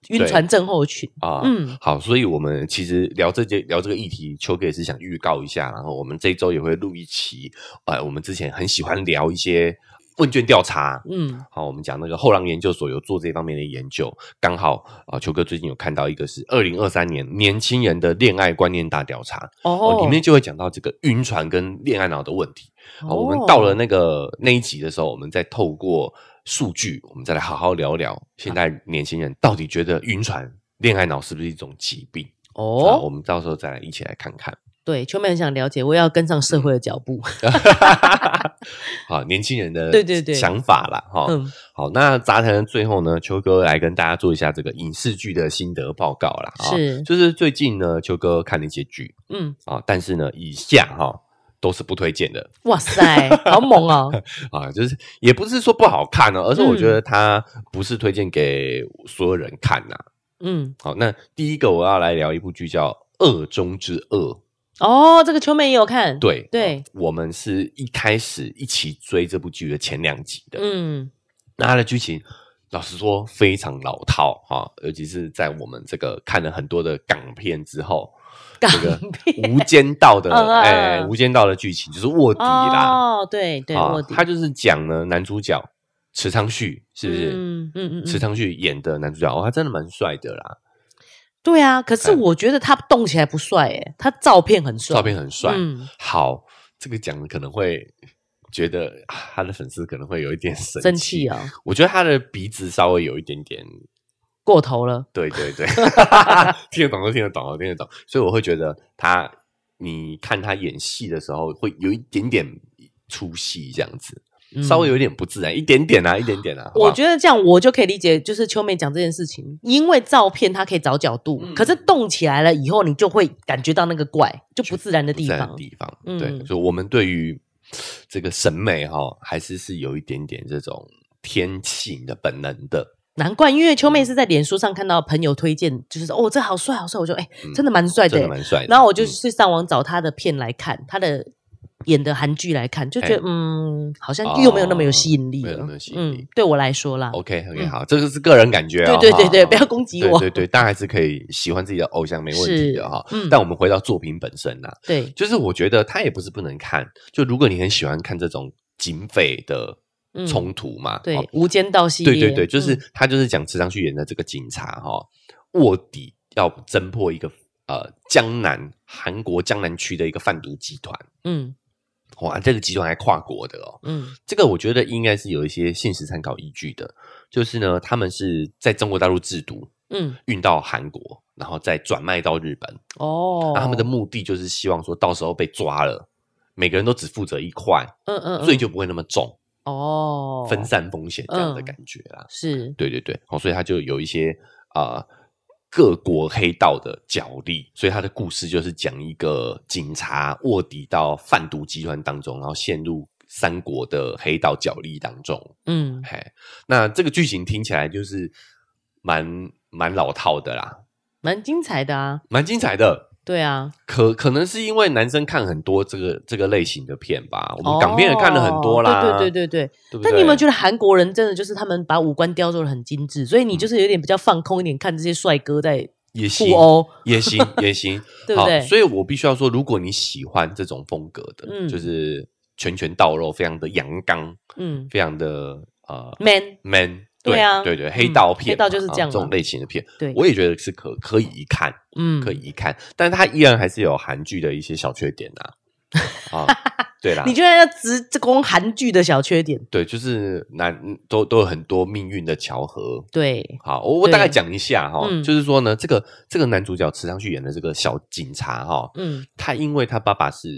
Speaker 2: 晕船症候群？
Speaker 1: 啊，
Speaker 2: 嗯，
Speaker 1: 好，所以我们其实聊这节聊这个议题，秋哥也是想预告一下，然后我们这一周也会录一期，呃，我们之前很喜欢聊一些问卷调查，
Speaker 2: 嗯，
Speaker 1: 好，我们讲那个后浪研究所有做这方面的研究，刚好啊，球哥最近有看到一个是二零二三年年轻人的恋爱观念大调查，哦，里面就会讲到这个晕船跟恋爱脑的问题。啊，我
Speaker 2: 哦
Speaker 1: 们到了那个那一集的时候，我们再透过数据，我们再来好好聊聊现在年轻人到底觉得晕船、恋爱脑是不是一种疾病？啊我
Speaker 2: 哦，
Speaker 1: 们到时候再来一起来看看。
Speaker 2: 对，秋妹很想了解，我也要跟上社会的脚步。
Speaker 1: 好，年轻人的
Speaker 2: 对对对
Speaker 1: 想法啦，哈，
Speaker 2: 嗯，
Speaker 1: 好，那杂谈的最后呢，秋哥来跟大家做一下这个影视剧的心得报告啦。啊
Speaker 2: 嗯是
Speaker 1: 就是最近呢，秋哥看了一些剧
Speaker 2: 嗯，
Speaker 1: 啊，但是呢，以下哈、都是不推荐的
Speaker 2: 哇塞，好猛哦！
Speaker 1: 啊，就是也不是说不好看哦，而是我
Speaker 2: 嗯
Speaker 1: 觉得它不是推荐给所有人看呐、
Speaker 2: 嗯，
Speaker 1: 好，那第一个我要来聊一部剧叫《恶中之恶》，
Speaker 2: 哦，这个秋妹也有看，，
Speaker 1: 对
Speaker 2: 对，
Speaker 1: 我们是一开始一起追这部剧的前两集的，
Speaker 2: 嗯，
Speaker 1: 那它的剧情，老实说非常老套哈、尤其是在我们这个看了很多的港片之后，
Speaker 2: 港
Speaker 1: 这个《
Speaker 2: 片
Speaker 1: 无间道》的
Speaker 2: <laughs> 嗯嗯
Speaker 1: 哎，
Speaker 2: 嗯
Speaker 1: 无间道》的剧情就是卧底啦，啊
Speaker 2: 哦，对对，卧底，
Speaker 1: 他就是讲呢男主角池昌旭是不是？
Speaker 2: 嗯嗯嗯
Speaker 1: 池
Speaker 2: 嗯，
Speaker 1: 昌旭演的男主角哦，他真的蛮帅的啦，
Speaker 2: 对啊，可是
Speaker 1: 哎
Speaker 2: 我觉得他动起来不帅，哎，他照片很帅，
Speaker 1: 照片很帅。
Speaker 2: 嗯，
Speaker 1: 好，这个讲的可能会觉得啊他的粉丝可能会有一点生
Speaker 2: 生
Speaker 1: 气
Speaker 2: 气
Speaker 1: 啊。
Speaker 2: 哦，
Speaker 1: 我觉得他的鼻子稍微有一点点
Speaker 2: 过头了，
Speaker 1: 对对对， <laughs> 听得懂就听得懂，我听得懂。所以我会觉得他，你看他演戏的时候，会有一点点出戏，这样子，
Speaker 2: 嗯
Speaker 1: 稍微有点不自然，一点点啊，一点点啊。
Speaker 2: 我
Speaker 1: 得
Speaker 2: 觉得这样我就可以理解，就是秋妹讲这件事情，因为照片它可以找角度，
Speaker 1: 嗯
Speaker 2: 可是动起来了以后，你就会感觉到那个怪就不自然的地方。
Speaker 1: 地方，
Speaker 2: 嗯
Speaker 1: 对，所以我们对于这个审美哈、还是是有一点点这种天性的本能的。
Speaker 2: 难怪，因为秋
Speaker 1: 嗯
Speaker 2: 妹是在脸书上看到朋友推荐，就是说哦这好
Speaker 1: 嗯
Speaker 2: 帅好帅，我就哎、真的蛮帅的,、
Speaker 1: 真的蛮帅的，
Speaker 2: 然后我就
Speaker 1: 嗯
Speaker 2: 去上网找他的片来看，他的演的韩剧来看，就觉得嗯，好像又没有那么有吸引力
Speaker 1: 哎哦没有那
Speaker 2: 了
Speaker 1: 么有吸。引力
Speaker 2: 嗯，对我来说啦，
Speaker 1: OK OK，
Speaker 2: 嗯
Speaker 1: 好，这个是个人感觉啊，
Speaker 2: 对对对对，
Speaker 1: 哈
Speaker 2: 不要攻击
Speaker 1: 对
Speaker 2: 我。
Speaker 1: 对对，大家还是可以喜欢自己的偶像，没问题的哈
Speaker 2: 是嗯。
Speaker 1: 但我们回到作品本身啊呐，
Speaker 2: 对，
Speaker 1: 就是我觉得他也不是不能看，就如果你很喜欢看这种警匪的
Speaker 2: 嗯
Speaker 1: 冲突嘛，
Speaker 2: 对
Speaker 1: 哦
Speaker 2: 《无间道》系列，
Speaker 1: 对对对，就是
Speaker 2: 嗯
Speaker 1: 他就是讲池昌旭演的这个警察哈、卧底要侦破一个呃江南韩国江南区的一个贩毒集团，
Speaker 2: 嗯
Speaker 1: 哇，这个集团还跨国的哦，
Speaker 2: 嗯
Speaker 1: 这个我觉得应该是有一些现实参考依据的，就是呢，他们是在中国大陆制毒。
Speaker 2: 嗯，
Speaker 1: 运到韩国，然后再转卖到日本。
Speaker 2: 哦
Speaker 1: 那，啊他们的目的就是希望说，到时候被抓了，每个人都只负责一块，
Speaker 2: 嗯嗯嗯
Speaker 1: 罪就不会那么重，
Speaker 2: 哦嗯
Speaker 1: 分散风险这样的感觉啦。
Speaker 2: 是
Speaker 1: 对对对，哦，所以他就有一些啊、呃各国黑道的角力，所以他的故事就是讲一个警察卧底到贩毒集团当中，然后陷入三国的黑道角力当中。
Speaker 2: 嗯
Speaker 1: 嘿，那这个剧情听起来就是蛮蛮老套的啦，
Speaker 2: 蛮精彩的啊，
Speaker 1: 蛮精彩的。
Speaker 2: 对啊，
Speaker 1: 可可能是因为男生看很多这个这个类型的片吧，我们港片也看了很多啦，
Speaker 2: 哦对
Speaker 1: 对
Speaker 2: 对对对对。
Speaker 1: 对不对。
Speaker 2: 但你有没有觉得韩国人真的就是他们把五官雕琢的很精致，所以你
Speaker 1: 嗯
Speaker 2: 就是有点比较放空一点看这些帅哥在
Speaker 1: 也行
Speaker 2: 互，殴，
Speaker 1: 也
Speaker 2: <laughs>
Speaker 1: 行，也行，
Speaker 2: 对不对
Speaker 1: 好所以我必须要说，如果你喜欢这种风格的，
Speaker 2: 嗯
Speaker 1: 就是拳拳到肉，非常的阳刚，
Speaker 2: 嗯
Speaker 1: 非常的呃
Speaker 2: ，man，
Speaker 1: man，
Speaker 2: 对啊
Speaker 1: 对对，
Speaker 2: 嗯
Speaker 1: 黑道片嘛、啊
Speaker 2: 黑道就是这样嘛啊
Speaker 1: 这种类型的片，
Speaker 2: 对，
Speaker 1: 我也觉得是可可以一看，
Speaker 2: 嗯
Speaker 1: 可以。一看，但是它依然还是有韩剧的一些小缺点呐、啊，对
Speaker 2: <laughs>
Speaker 1: 啦，
Speaker 2: 你居然要直这攻韩剧的小缺点，
Speaker 1: 对，就是男都都有很多命运的巧合。
Speaker 2: 对，
Speaker 1: 好，我我
Speaker 2: 对
Speaker 1: 大概讲一下哈、
Speaker 2: 嗯
Speaker 1: 就是说呢，这个这个男主角池昌旭演的这个小警察哈、
Speaker 2: 嗯
Speaker 1: 他因为他爸爸是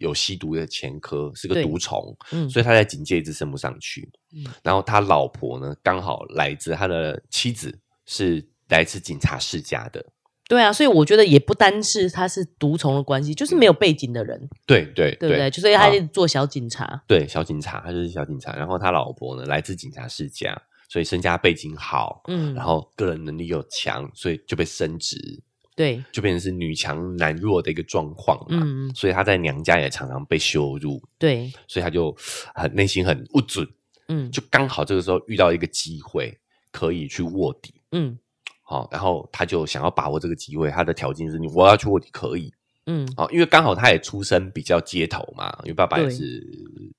Speaker 1: 有吸毒的前科，是个
Speaker 2: 对
Speaker 1: 毒虫，
Speaker 2: 嗯，
Speaker 1: 所以他在警戒一直升不上去。
Speaker 2: 嗯
Speaker 1: 然后他老婆呢，刚好来自他的妻子是来自警察世家的，
Speaker 2: 对啊，所以我觉得也不单是他是毒虫的关系，就是没有背景的人，
Speaker 1: 对嗯对
Speaker 2: 对不对？就是他
Speaker 1: 啊
Speaker 2: 一直做小警察，
Speaker 1: 对小警察，他就是小警察。然后他老婆呢，来自警察世家，所以身家背景好，
Speaker 2: 嗯，
Speaker 1: 然后个人能力又强，所以就被升职，
Speaker 2: 对，
Speaker 1: 就变成是女强男弱的一个状况嘛。
Speaker 2: 嗯
Speaker 1: 所以她在娘家也常常被羞辱，
Speaker 2: 对，
Speaker 1: 所以她就很内心很不准，
Speaker 2: 嗯
Speaker 1: 就刚好这个时候遇到一个机会，可以去卧底。
Speaker 2: 嗯
Speaker 1: 好、然后她就想要把握这个机会，她的条件是你我要去卧底可以，
Speaker 2: 嗯
Speaker 1: 好、因为刚好她也出身比较街头嘛，因为爸爸也
Speaker 2: 对
Speaker 1: 是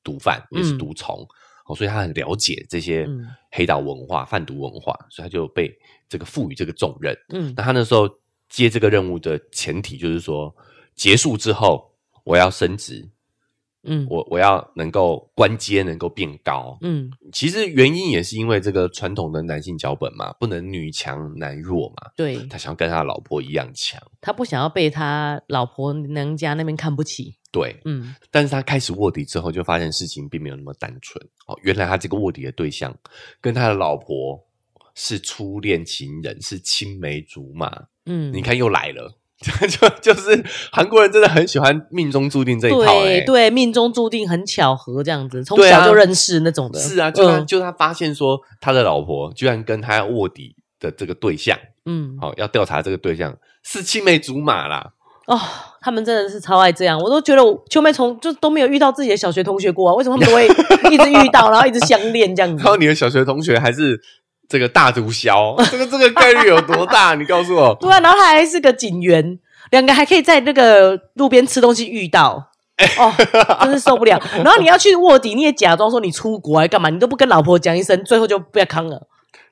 Speaker 1: 毒贩，也是
Speaker 2: 嗯
Speaker 1: 毒虫，哦，所以她很了解这些
Speaker 2: 嗯
Speaker 1: 黑道文化、贩毒文化，所以她就被这个赋予这个重任。
Speaker 2: 嗯，
Speaker 1: 那他那时候接这个任务的前提就是说，结束之后我要升职，
Speaker 2: 嗯
Speaker 1: 我我要能够官阶能够变高。
Speaker 2: 嗯
Speaker 1: 其实原因也是因为这个传统的男性脚本嘛，不能女强男弱嘛，
Speaker 2: 对
Speaker 1: 他想要跟他老婆一样强。
Speaker 2: 他不想要被他老婆娘家那边看不起，
Speaker 1: 对，
Speaker 2: 嗯
Speaker 1: 但是他开始卧底之后，就发现事情并没有那么单纯哦。原来他这个卧底的对象跟他的老婆是初恋情人，是青梅竹马。
Speaker 2: 嗯，
Speaker 1: 你看又来了， <laughs> 就就是韩国人真的很喜欢命中注定这一套、欸，
Speaker 2: 对对，命中注定很巧合这样子，从
Speaker 1: 对啊
Speaker 2: 小就认识那种的，
Speaker 1: 是啊，就他、
Speaker 2: 嗯
Speaker 1: 就他发现说他的老婆居然跟他卧底的这个对象，
Speaker 2: 嗯
Speaker 1: 好、要调查这个对象是青梅竹马啦， <laughs>
Speaker 2: 哦，他们真的是超爱这样，我都觉得我秋妹从就都没有遇到自己的小学同学过啊，为什么他们都会 <laughs> 一直遇到，然后一直相恋这样子
Speaker 1: 然？后你的小学同学还是这个大毒枭，哦这个这个概率有多大？ <laughs> 你告诉我，
Speaker 2: 对啊，然后他还是个警员，两个还可以在那个路边吃东西遇到。
Speaker 1: <laughs>
Speaker 2: 哦，真是受不了！然后你要去卧底，你也假装说你出国还干嘛，你都不跟老婆讲一声，最后就不要康了。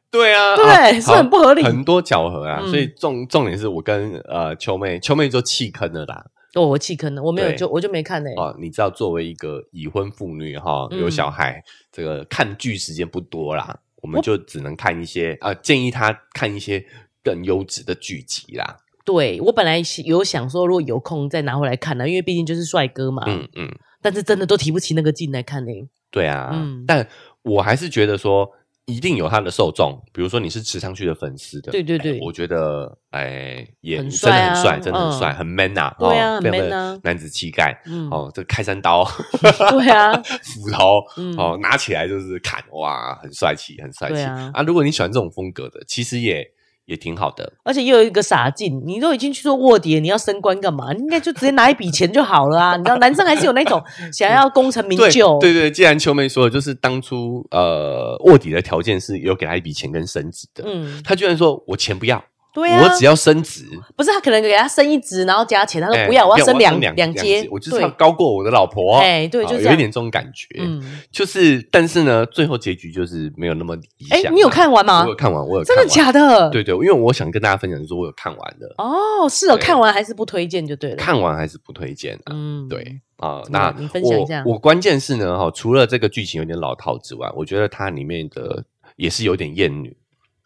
Speaker 1: 对啊，
Speaker 2: 对
Speaker 1: 啊
Speaker 2: 是很不合理
Speaker 1: 很多巧合啊。
Speaker 2: 嗯
Speaker 1: 所以重重点是我跟呃秋妹，秋妹就弃坑了啦。
Speaker 2: 哦，我弃坑了，我没有
Speaker 1: 对
Speaker 2: 就我就没看呢、
Speaker 1: 哦，你知道，作为一个已婚妇女哈，
Speaker 2: 嗯
Speaker 1: 有小孩，这个看剧时间不多啦，我们就只能看一些啊、呃建议她看一些更优质的剧集啦。
Speaker 2: 对我本来是有想说，如果有空再拿回来看呢、啊因为毕竟就是帅哥嘛。
Speaker 1: 嗯嗯，
Speaker 2: 但是真的都提不起那个劲来看呢、
Speaker 1: 对啊，
Speaker 2: 嗯
Speaker 1: 但我还是觉得说，一定有他的受众，比如说你是池昌旭的粉丝的，
Speaker 2: 对对对
Speaker 1: 哎我觉觉得哎，也
Speaker 2: 很
Speaker 1: 真的
Speaker 2: 帅啊
Speaker 1: 很帅，真的很
Speaker 2: 嗯
Speaker 1: 帅，很 man 啊，
Speaker 2: 对啊
Speaker 1: 哦
Speaker 2: 很
Speaker 1: 非常的
Speaker 2: man 啊
Speaker 1: 男子气概。
Speaker 2: 嗯，
Speaker 1: 哦，这开山刀， <laughs>
Speaker 2: 对啊，
Speaker 1: 斧头，
Speaker 2: 嗯
Speaker 1: 哦，拿起来就是砍，哇，很帅气，很帅气
Speaker 2: 对啊
Speaker 1: 如果你喜欢这种风格的，其实也也挺好的。
Speaker 2: 而且又有一个傻劲，你都已经去做卧底了，你要升官干嘛？你应该就直接拿一笔钱就好了啊！ <laughs> 你知道，男生还是有那
Speaker 1: <laughs>
Speaker 2: 种想要功成名
Speaker 1: 对
Speaker 2: 就，
Speaker 1: 对对，既然秋妹说了，就是当初呃卧底的条件是有给他一笔钱跟升职的，
Speaker 2: 嗯，
Speaker 1: 他居然说我钱不要，
Speaker 2: 对啊，
Speaker 1: 我只要升职，
Speaker 2: 不是他可能给他升一职，然后加钱，他说
Speaker 1: 哎
Speaker 2: 呃不要，我要升两
Speaker 1: 两
Speaker 2: 两阶
Speaker 1: 阶，，我就是要
Speaker 2: 对，
Speaker 1: 高过我的老婆，
Speaker 2: 哎对就
Speaker 1: 好
Speaker 2: 这
Speaker 1: 有
Speaker 2: 样
Speaker 1: 一点这种感觉，
Speaker 2: 嗯，
Speaker 1: 就是但是呢，最后结局就是没有那么理
Speaker 2: 哎
Speaker 1: 想啊。，
Speaker 2: 你有看完吗
Speaker 1: 我有？看完，我有
Speaker 2: 真的
Speaker 1: 看完
Speaker 2: 假的？，
Speaker 1: 对对，因为我想跟大家分享，就是我有看完的，
Speaker 2: 哦，是哦，
Speaker 1: 对
Speaker 2: 看完还是不推荐就对了，
Speaker 1: 看完还是不推荐啊。
Speaker 2: 嗯，
Speaker 1: 对，啊，
Speaker 2: 怎么
Speaker 1: 那
Speaker 2: 了你分享一下
Speaker 1: 我我关键是呢，哈，除了这个剧情有点老套之外，我觉得它里面的也是有点厌女。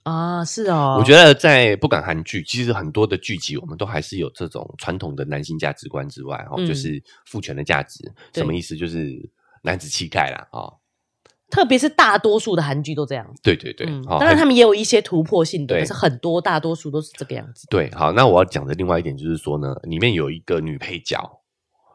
Speaker 2: 啊，是哦，
Speaker 1: 我觉得在不管韩剧，其实很多的剧集，我们都还是有这种传统的男性价值观之外，哈、
Speaker 2: 嗯
Speaker 1: 就是父权的价值，
Speaker 2: 对
Speaker 1: 什么意思？就是男子气概啦，啊、
Speaker 2: 特别是大多数的韩剧都这样，
Speaker 1: 对对对，
Speaker 2: 嗯，
Speaker 1: 哦
Speaker 2: 当然他们也有一些突破性的，
Speaker 1: 对
Speaker 2: 但是很多大多数都是这个样子。
Speaker 1: 对，好，那我要讲的另外一点就是说呢，里面有一个女配角，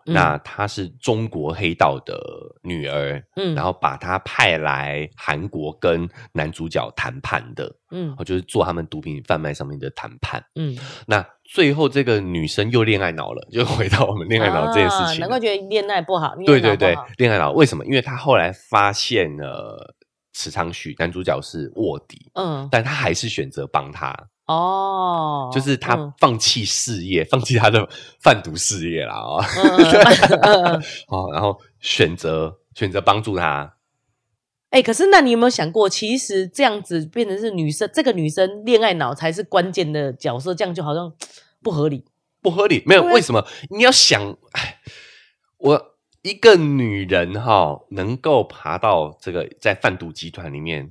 Speaker 2: 嗯
Speaker 1: 那她是中国黑道的女儿，
Speaker 2: 嗯，
Speaker 1: 然后把她派来韩国跟男主角谈判的，哦
Speaker 2: 嗯
Speaker 1: 就是做他们毒品贩卖上面的谈判。
Speaker 2: 嗯，
Speaker 1: 那最后这个女生又恋爱脑了，就回到我们恋爱脑这件事
Speaker 2: 啊
Speaker 1: 情了。
Speaker 2: 难怪觉得恋爱不好，
Speaker 1: 对
Speaker 2: 恋爱
Speaker 1: 对
Speaker 2: 脑不
Speaker 1: 对
Speaker 2: 好，
Speaker 1: 恋爱脑为什么？因为她后来发现了池昌旭男主角是卧底，
Speaker 2: 嗯，
Speaker 1: 但她还是选择帮他。
Speaker 2: 哦，
Speaker 1: 就是他
Speaker 2: 嗯
Speaker 1: 放弃事业，放弃他的贩毒事业啦啊、哦 <laughs>
Speaker 2: 嗯嗯嗯，
Speaker 1: 哦，然后选择选择帮助他，
Speaker 2: 哎，可是那你有没有想过，其实这样子变成是女生，这个女生恋爱脑才是关键的角色，这样就好像不合理。
Speaker 1: 不合理。没有
Speaker 2: 对啊
Speaker 1: 为什么？你要想，哎我一个女人哈、能够爬到这个在贩毒集团里面，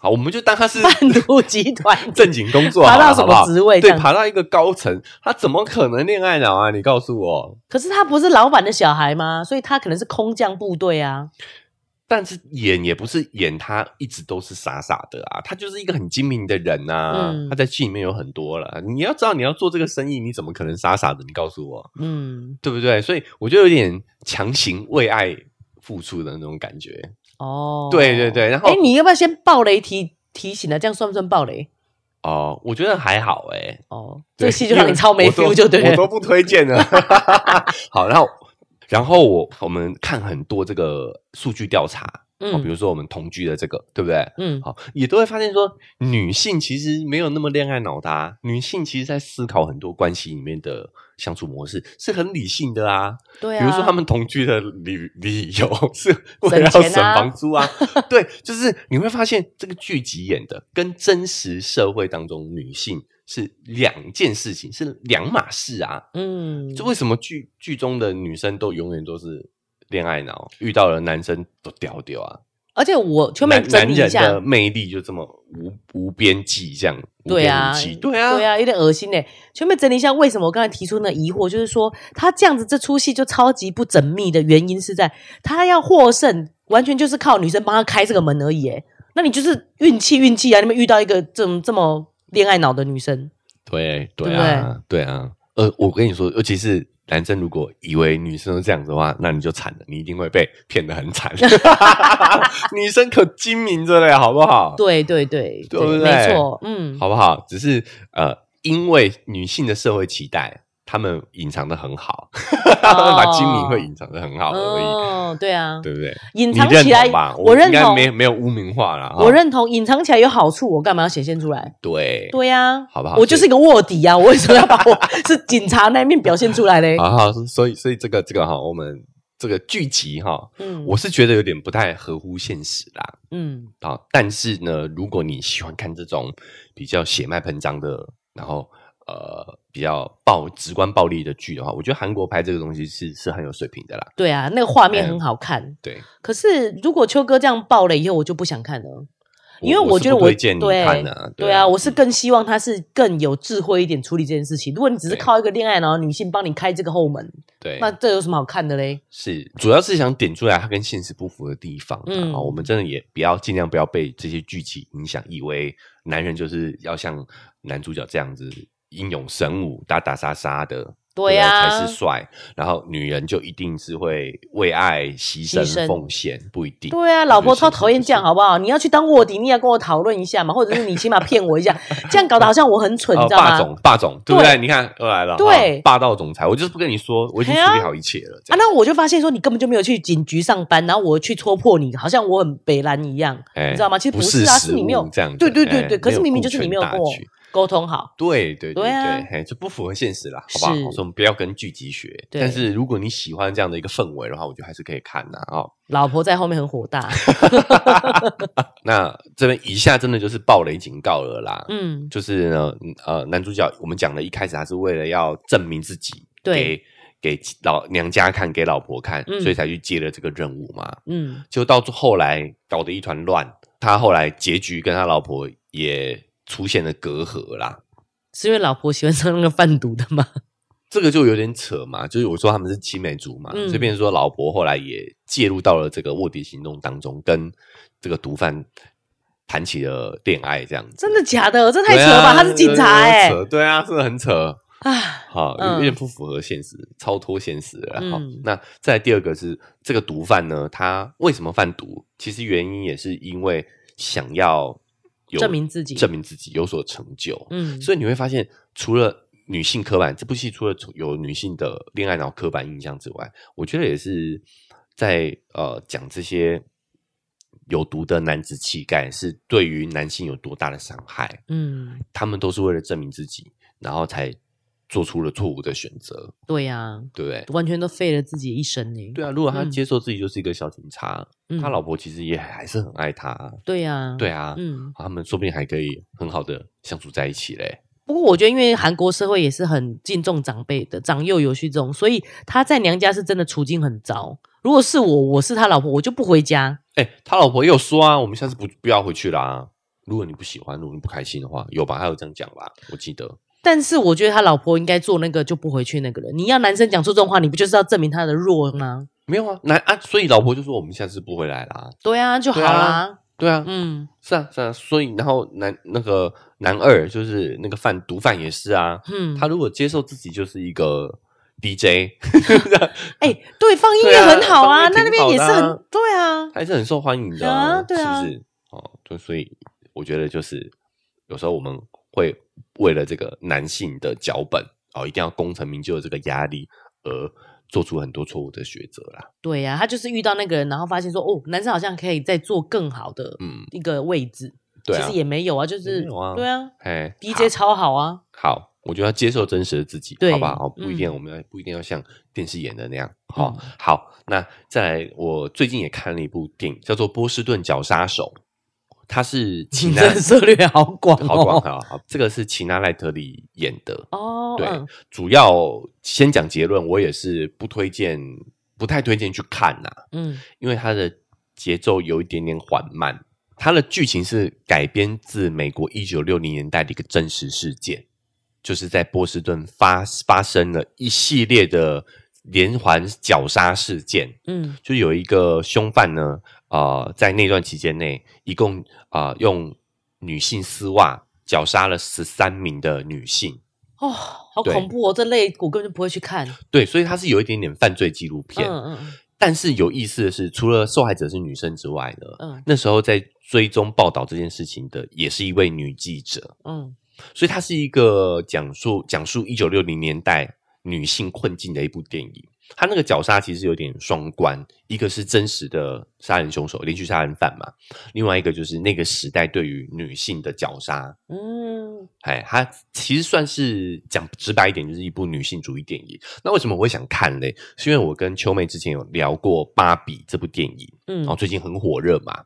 Speaker 1: 好，我们就当她是
Speaker 2: 贩毒集团
Speaker 1: <laughs> 正经工作好
Speaker 2: 爬
Speaker 1: 了，
Speaker 2: 到什
Speaker 1: 好不好
Speaker 2: 么职位这
Speaker 1: 对，
Speaker 2: 样？
Speaker 1: 爬到一个高层，她怎么可能恋爱脑啊？你告诉我。
Speaker 2: 可是他不是老板的小孩吗？所以他可能是空降部队啊。
Speaker 1: 但是演也不是演他一直都是傻傻的啊，他就是一个很精明的人呐、
Speaker 2: 嗯
Speaker 1: 他在戏里面有很多了，你要知道你要做这个生意，你怎么可能傻傻的？你告诉我，
Speaker 2: 嗯，
Speaker 1: 对不对？所以我就有点强行为爱付出的那种感觉。
Speaker 2: 哦，
Speaker 1: 对对对然后
Speaker 2: 哎，你要不要先暴雷提提醒啊呢？这样算不算暴雷？
Speaker 1: 哦，我觉得还好哎、欸，
Speaker 2: 哦，这
Speaker 1: 对
Speaker 2: 个戏就让
Speaker 1: 因
Speaker 2: 你
Speaker 1: 为
Speaker 2: 超没
Speaker 1: 我都
Speaker 2: feel 就对
Speaker 1: 我都
Speaker 2: 了。
Speaker 1: 不推荐了。 <laughs> 好，然后然后我我们看很多这个数据调查，哦，比
Speaker 2: 嗯
Speaker 1: 如说我们同居的这个，对不对？
Speaker 2: 嗯，
Speaker 1: 好，也都会发现说，女性其实没有那么恋爱脑的、啊，女性其实在思考很多关系里面的相处模式是很理性的啊。
Speaker 2: 对
Speaker 1: 比
Speaker 2: 啊。
Speaker 1: 如说，他们同居的理理由是为了要
Speaker 2: 省
Speaker 1: 省
Speaker 2: 钱啊
Speaker 1: 房租啊。 <laughs> 对，就是你会发现这个剧集演的跟真实社会当中女性是两件事情，是两码事啊。
Speaker 2: 嗯，
Speaker 1: 就为什么剧剧中的女生都永远都是恋爱脑，遇到了男生都屌屌啊？
Speaker 2: 而且我全面
Speaker 1: 男
Speaker 2: 整
Speaker 1: 男
Speaker 2: 理一
Speaker 1: 人的
Speaker 2: 下，
Speaker 1: 魅力就这么无无边际，这样无
Speaker 2: 对
Speaker 1: 边
Speaker 2: 啊
Speaker 1: 无际，对啊，
Speaker 2: 对啊，有点恶心嘞。全面整理一下，为什么我刚才提出那疑惑，就是说他这样子这出戏就超级不缜密的原因是在他要获胜，完全就是靠女生帮他开这个门而已。哎，那你就是运气运气啊！你们遇到一个这么这么恋爱脑的女生，
Speaker 1: 对对啊，对啊。呃，我跟你说，尤其是男生如果以为女生都这样子的话，那你就惨了，你一定会被骗得很
Speaker 2: <laughs>
Speaker 1: 惨。 <laughs> 女生可精明着嘞，好不好？
Speaker 2: 对对对
Speaker 1: 对不对
Speaker 2: 没错，嗯，
Speaker 1: 好不好？只是呃，因为女性的社会期待，她们隐藏的很好，她们把精明会隐藏的很好而已，
Speaker 2: 哦，对啊，
Speaker 1: 对不对？
Speaker 2: 隐
Speaker 1: 你
Speaker 2: 藏
Speaker 1: 认
Speaker 2: 起来
Speaker 1: 同吧？，
Speaker 2: 我认
Speaker 1: 应该
Speaker 2: 同，
Speaker 1: 没啊没有污名化了。哈
Speaker 2: 我认同，隐藏起来有好处，我干嘛要显现出来？
Speaker 1: 对
Speaker 2: 对呀、
Speaker 1: 好不好
Speaker 2: 我就是一个卧底呀、啊，我为什么要把我是警察那一面表现出来嘞？
Speaker 1: 啊，好，所以所以这个这个哈，我们这个剧集哈，
Speaker 2: 嗯，
Speaker 1: 我是觉得有点不太合乎现实啦。
Speaker 2: 嗯
Speaker 1: 啊，但是呢，如果你喜欢看这种比较血脉喷张的，然后呃比较暴直观暴力的剧的话，我觉得韩国拍这个东西是是很有水平的啦。
Speaker 2: 对啊，那个画面
Speaker 1: 哎
Speaker 2: 很好看。
Speaker 1: 对，
Speaker 2: 可是如果秋哥这样爆了以后，我就不想看了，因为
Speaker 1: 我
Speaker 2: 觉得
Speaker 1: 是
Speaker 2: 我
Speaker 1: 不推荐你
Speaker 2: 对
Speaker 1: 看啊。
Speaker 2: 对啊，我是更希望他是更有智慧一点处理这件事情。如果你只是
Speaker 1: 对
Speaker 2: 靠一个恋爱脑的女性帮你开这个后门，
Speaker 1: 对
Speaker 2: 那这有什么好看的嘞？
Speaker 1: 是，主要是想点出来它跟现实不符的地方啊。
Speaker 2: 嗯
Speaker 1: 我们真的也不要尽量不要被这些剧集影响，以为男人就是要像男主角这样子英勇神武、打打杀杀的。
Speaker 2: 对啊
Speaker 1: 不
Speaker 2: 呀、
Speaker 1: 才是帅。然后女人就一定是会为爱牺
Speaker 2: 牺牲
Speaker 1: 牲奉献，不一定。
Speaker 2: 对啊，老婆
Speaker 1: 我觉
Speaker 2: 超
Speaker 1: 得
Speaker 2: 讨厌这样，
Speaker 1: 是
Speaker 2: 好不好？你要去当卧底，你也跟我讨论一下嘛，或者是你起码骗我一下， <laughs> 这样搞得好像我很蠢，你
Speaker 1: 哦，
Speaker 2: 知道
Speaker 1: 霸
Speaker 2: 吗
Speaker 1: 总？，霸总，对不
Speaker 2: 对
Speaker 1: 对？你看又来了，
Speaker 2: 对
Speaker 1: 哦霸道总裁，我就是不跟你说，我已经
Speaker 2: 哎呀
Speaker 1: 处理好一切了。这
Speaker 2: 啊，
Speaker 1: 样
Speaker 2: 那我就发现说你根本就没有去警局上班，然后我去戳破你，好像我很北蓝一样，
Speaker 1: 哎
Speaker 2: 你知道吗？其实
Speaker 1: 不
Speaker 2: 是啊，是
Speaker 1: 实
Speaker 2: 你没有
Speaker 1: 物这样子，
Speaker 2: 对对对
Speaker 1: 哎
Speaker 2: 对，可是明明就是你没有
Speaker 1: 顾
Speaker 2: 跟
Speaker 1: 全
Speaker 2: 我
Speaker 1: 大局
Speaker 2: 沟通好，
Speaker 1: 对对
Speaker 2: 对啊
Speaker 1: 对，嘿，就不符合现实啦，好不好？
Speaker 2: 是
Speaker 1: 所以我们不要跟剧集学。
Speaker 2: 对
Speaker 1: 但是如果你喜欢这样的一个氛围的话，我觉得还是可以看的啊、哦。
Speaker 2: 老婆在后面很火 <laughs> 大，
Speaker 1: 那这边以下真的就是暴雷警告了啦。
Speaker 2: 嗯，
Speaker 1: 就是呢，嗯呃，男主角我们讲的一开始他是为了要证明自己，
Speaker 2: 对
Speaker 1: 给，给老娘家看，给老婆看，
Speaker 2: 嗯
Speaker 1: 所以才去接了这个任务嘛。
Speaker 2: 嗯，
Speaker 1: 就到后来搞得一团乱，他后来结局跟他老婆也出现了隔阂啦。
Speaker 2: 是因为老婆喜欢上那个贩毒的吗？
Speaker 1: 这个就有点扯嘛，就是我说他们是青梅竹马，
Speaker 2: 嗯
Speaker 1: 所以变成说老婆后来也介入到了这个卧底行动当中，跟这个毒贩谈起了恋爱，这样子
Speaker 2: <laughs> 真的假的？这太扯了
Speaker 1: 对
Speaker 2: 吧！
Speaker 1: 啊
Speaker 2: 他是警察哎、
Speaker 1: 扯对啊，真的很扯。
Speaker 2: 啊，
Speaker 1: 好，有
Speaker 2: 嗯
Speaker 1: 有点不符合现实，超脱现实了。好
Speaker 2: 嗯，
Speaker 1: 那再来第二个是这个毒贩呢，他为什么贩毒？其实原因也是因为想要有
Speaker 2: 证明自己
Speaker 1: 证明自己有所成就。
Speaker 2: 嗯，
Speaker 1: 所以你会发现，除了女性刻板，这部戏除了有女性的恋爱脑刻板印象之外，我觉得也是在呃讲这些有毒的男子气概是对于男性有多大的伤害。
Speaker 2: 嗯，
Speaker 1: 他们都是为了证明自己，然后才做出了错误的选择，
Speaker 2: 对呀、
Speaker 1: 对不对？
Speaker 2: 完全都废了自己一生呢、
Speaker 1: 对啊，如果他
Speaker 2: 嗯
Speaker 1: 接受自己就是一个小警察，
Speaker 2: 嗯
Speaker 1: 他老婆其实也还是很爱他，
Speaker 2: 对呀、
Speaker 1: 对啊，
Speaker 2: 嗯，
Speaker 1: 他们说不定还可以很好的相处在一起嘞。
Speaker 2: 不过我觉得，因为韩国社会也是很敬重长辈的，长幼有序这种，所以他在娘家是真的处境很糟。如果是我，我是他老婆，我就不回家。
Speaker 1: 哎，他老婆也有说啊，我们下次不不要回去啦。如果你不喜欢，如果你不开心的话，有吧？他有这样讲吧？我记得
Speaker 2: 但是我觉得他老婆应该做那个就不回去那个人。你要男生讲出这种话，你不就是要证明他的弱吗？
Speaker 1: 没有啊，那啊，所以老婆就说我们下次不回来啦。
Speaker 2: 对啊，就好
Speaker 1: 对啊
Speaker 2: 啦。
Speaker 1: 对啊，
Speaker 2: 嗯
Speaker 1: 是啊，是啊，所以然后男那个男二就是那个贩毒贩也是啊，
Speaker 2: 嗯，
Speaker 1: 他如果接受自己就是一个 DJ，
Speaker 2: 哎、对，放音
Speaker 1: 对
Speaker 2: 乐
Speaker 1: 啊
Speaker 2: 很好啊，
Speaker 1: 放音乐
Speaker 2: 那
Speaker 1: 挺
Speaker 2: 那边也是
Speaker 1: 好的啊
Speaker 2: 很对啊，
Speaker 1: 还是很受欢迎的、
Speaker 2: 啊对啊
Speaker 1: 是不是？哦，就所以我觉得就是有时候我们会为了这个男性的脚本哦，一定要功成名就的这个压力而做出很多错误的抉择啦。
Speaker 2: 对啊呀、他就是遇到那个人，然后发现说，哦，男生好像可以再做更好的
Speaker 1: 嗯，
Speaker 2: 一个位置，
Speaker 1: 对
Speaker 2: 其
Speaker 1: 啊
Speaker 2: 实，也没有啊，就是
Speaker 1: 没有啊
Speaker 2: 对啊
Speaker 1: 哎
Speaker 2: ，DJ 超好啊，
Speaker 1: 好好，我觉得要接受真实的自己，
Speaker 2: 对
Speaker 1: 好不好？哦不一定，
Speaker 2: 嗯
Speaker 1: 我们要不一定要像电视演的那样。好、
Speaker 2: 嗯
Speaker 1: 好，那再来，我最近也看了一部电影，叫做《波士顿绞杀手》，它
Speaker 2: <laughs>
Speaker 1: 是齐
Speaker 2: 竞
Speaker 1: 南
Speaker 2: 争策略好广、哦，
Speaker 1: 好广好好，这个是齐娜赖特里演的。
Speaker 2: 哦，
Speaker 1: 对
Speaker 2: 嗯，
Speaker 1: 主要先讲结论，我也是不推荐，不太推荐去看呐、
Speaker 2: 嗯，
Speaker 1: 因为它的节奏有一点点缓慢。它的剧情是改编自美国一九六零年代的一个真实事件，就是在波士顿发发生了一系列的连环绞杀事件。
Speaker 2: 嗯
Speaker 1: 就有一个凶犯呢，呃，在那段期间内，一共啊、呃用女性丝袜绞杀了十三名的女性。
Speaker 2: 哦，好
Speaker 1: 对
Speaker 2: 恐怖哦，这类我根本就不会去看，
Speaker 1: 对，所以它是有一点点犯罪纪录
Speaker 2: 嗯
Speaker 1: 片。
Speaker 2: 嗯
Speaker 1: 但是有意思的是，除了受害者是女生之外呢，
Speaker 2: 嗯
Speaker 1: 那时候在追踪报道这件事情的也是一位女记者，
Speaker 2: 嗯
Speaker 1: 所以它是一个讲述讲述一九六零年代女性困境的一部电影。它那个绞杀其实有点双关，一个是真实的杀人凶手，连续杀人犯嘛，另外一个就是那个时代对于女性的绞杀。
Speaker 2: 嗯嗯，
Speaker 1: 哎，它其实算是讲直白一点，就是一部女性主义电影。那为什么我会想看嘞？是因为我跟秋妹之前有聊过《芭比》这部电影，
Speaker 2: 嗯
Speaker 1: 然后最近很火热嘛。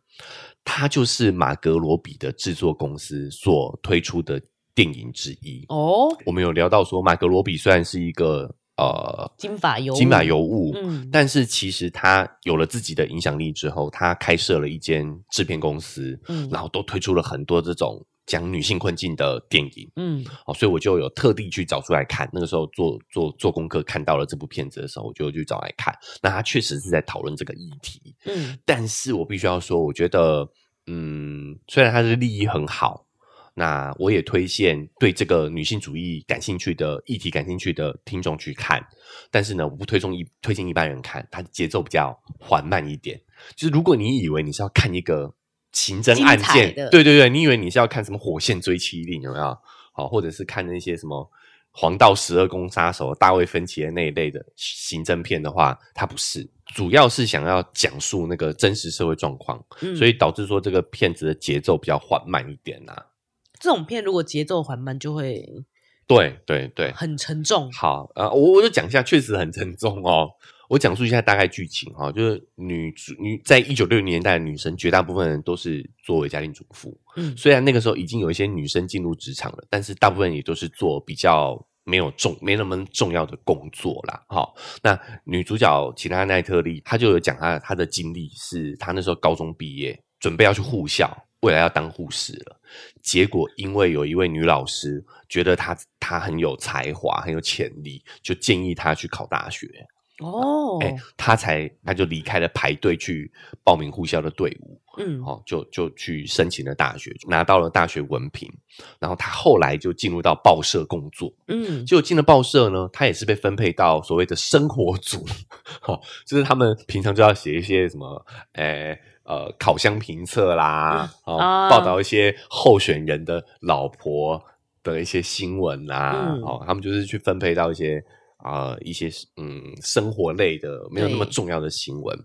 Speaker 1: 它就是马格罗比的制作公司所推出的电影之一。
Speaker 2: 哦，
Speaker 1: 我们有聊到说，马格罗比虽然是一个呃
Speaker 2: 金发尤物
Speaker 1: 金马尤物，
Speaker 2: 嗯
Speaker 1: 但是其实他有了自己的影响力之后，他开设了一间制片公司，
Speaker 2: 嗯
Speaker 1: 然后都推出了很多这种讲女性困境的电影。
Speaker 2: 嗯
Speaker 1: 哦，所以我就有特地去找出来看。那个时候做做做功课看到了这部片子的时候，我就去找来看。那他确实是在讨论这个议题，
Speaker 2: 嗯
Speaker 1: 但是我必须要说，我觉得，嗯，虽然他的利益很好，那我也推荐对这个女性主义感兴趣的议题感兴趣的听众去看，但是呢，我不推崇一推荐一般人看，它节奏比较缓慢一点。就是如果你以为你是要看一个刑侦案
Speaker 3: 精彩
Speaker 1: 件
Speaker 3: 的，
Speaker 1: 对对对，你以为你是要看什么《火线追妻令》有没有？好，或者是看那些什么《黄道十二宫杀手》、大卫芬奇的那一类的刑侦片的话，它不是，主要是想要讲述那个真实社会状况，
Speaker 2: 嗯
Speaker 1: 所以导致说这个片子的节奏比较缓慢一点啊啦、
Speaker 2: 这种片如果节奏缓慢，就会
Speaker 1: 对对对，
Speaker 2: 很沉重。
Speaker 1: 好啊、呃我我就讲一下，确实很沉重哦。 <laughs> 我讲述一下大概剧情哈、哦，就是女主女在一九六零年代的女生，绝大部分人都是作为家庭主妇，
Speaker 2: 嗯
Speaker 1: 虽然那个时候已经有一些女生进入职场了，但是大部分也都是做比较没有重、没那么重要的工作啦。好、那女主角齐拉奈特利，她就有讲她她的经历，是她那时候高中毕业，准备要去护校，未来要当护士了。结果因为有一位女老师觉得她她很有才华、很有潜力，就建议她去考大学。
Speaker 2: 哦，
Speaker 1: 哎、她才她就离开了排队去报名护校的队伍。
Speaker 2: 嗯，
Speaker 1: 哦，就就去申请了大学，拿到了大学文凭，然后他后来就进入到报社工作。
Speaker 2: 嗯，
Speaker 1: 结果进了报社呢，他也是被分配到所谓的生活组， <laughs> 哦，就是他们平常就要写一些什么，诶、呃，烤箱评测啦，哦，
Speaker 2: 啊
Speaker 1: 报道一些候选人的老婆的一些新闻啦，
Speaker 2: 嗯
Speaker 1: 哦，他们就是去分配到一些啊、一些嗯生活类的没有那么
Speaker 2: 对
Speaker 1: 重要的新闻，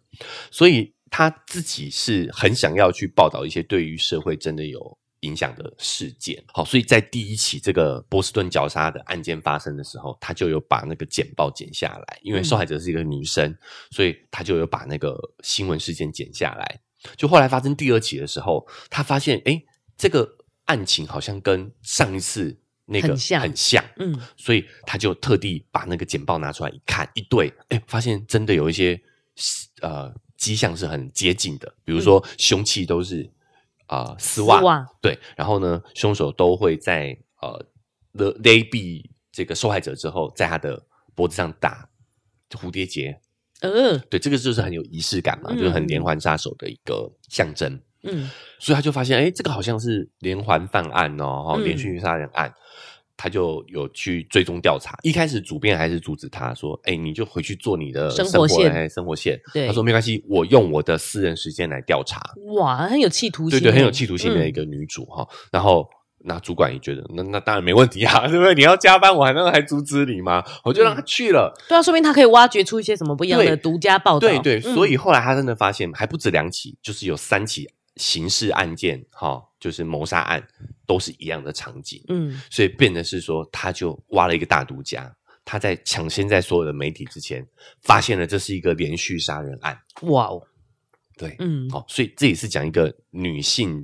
Speaker 1: 所以他自己是很想要去报道一些对于社会真的有影响的事件。好，所以在第一起这个波士顿绞杀的案件发生的时候，他就有把那个简报剪下来，
Speaker 2: 嗯
Speaker 1: 因为受害者是一个女生，所以他就有把那个新闻事件剪下来。就后来发生第二起的时候，他发现，哎，这个案情好像跟上一次那个
Speaker 2: 很像
Speaker 1: 很像
Speaker 2: 嗯，
Speaker 1: 所以他就特地把那个简报拿出来一看，一对，哎，发现真的有一些呃迹象是很接近的，比如说凶器都是啊、呃丝袜，
Speaker 2: 丝袜
Speaker 1: 对，然后呢，凶手都会在呃勒勒毙这个受害者之后，在他的脖子上打蝴蝶结，
Speaker 2: 呃，
Speaker 1: 对，这个就是很有仪式感嘛，
Speaker 2: 嗯
Speaker 1: 就是很连环杀手的一个象征。
Speaker 2: 嗯，
Speaker 1: 所以他就发现，哎，这个好像是连环犯案哦，哈、
Speaker 2: 嗯
Speaker 1: 连续杀人案。他就有去追踪调查，一开始主编还是阻止他说：“哎、你就回去做你的
Speaker 2: 生
Speaker 1: 生活
Speaker 2: 活线
Speaker 1: 哎生活线。”
Speaker 2: 对
Speaker 1: 他说：“没关系，我用我的私人时间来调查。
Speaker 2: 哇，很有企图
Speaker 1: 对
Speaker 2: 心，
Speaker 1: 对，很有企图心的一
Speaker 2: 嗯，
Speaker 1: 个女主哈、然后那主管也觉得，那那当然没问题啊， <laughs> 对不对？你要加班，我还能还阻止你吗？我就让她去了。
Speaker 2: 对啊，说明他可以挖掘出一些什么不一样的
Speaker 1: 对
Speaker 2: 独家报道，
Speaker 1: 对对，
Speaker 2: 嗯
Speaker 1: 所以后来他真的发现，还不止两起，就是有三起刑事案件，哈、就是谋杀案，都是一样的场景，
Speaker 2: 嗯，
Speaker 1: 所以变得是说，他就挖了一个大独家，他在抢先在所有的媒体之前，发现了这是一个连续杀人案，
Speaker 2: 哇哦，
Speaker 1: 对，
Speaker 2: 嗯，
Speaker 1: 好、所以这也是讲一个女性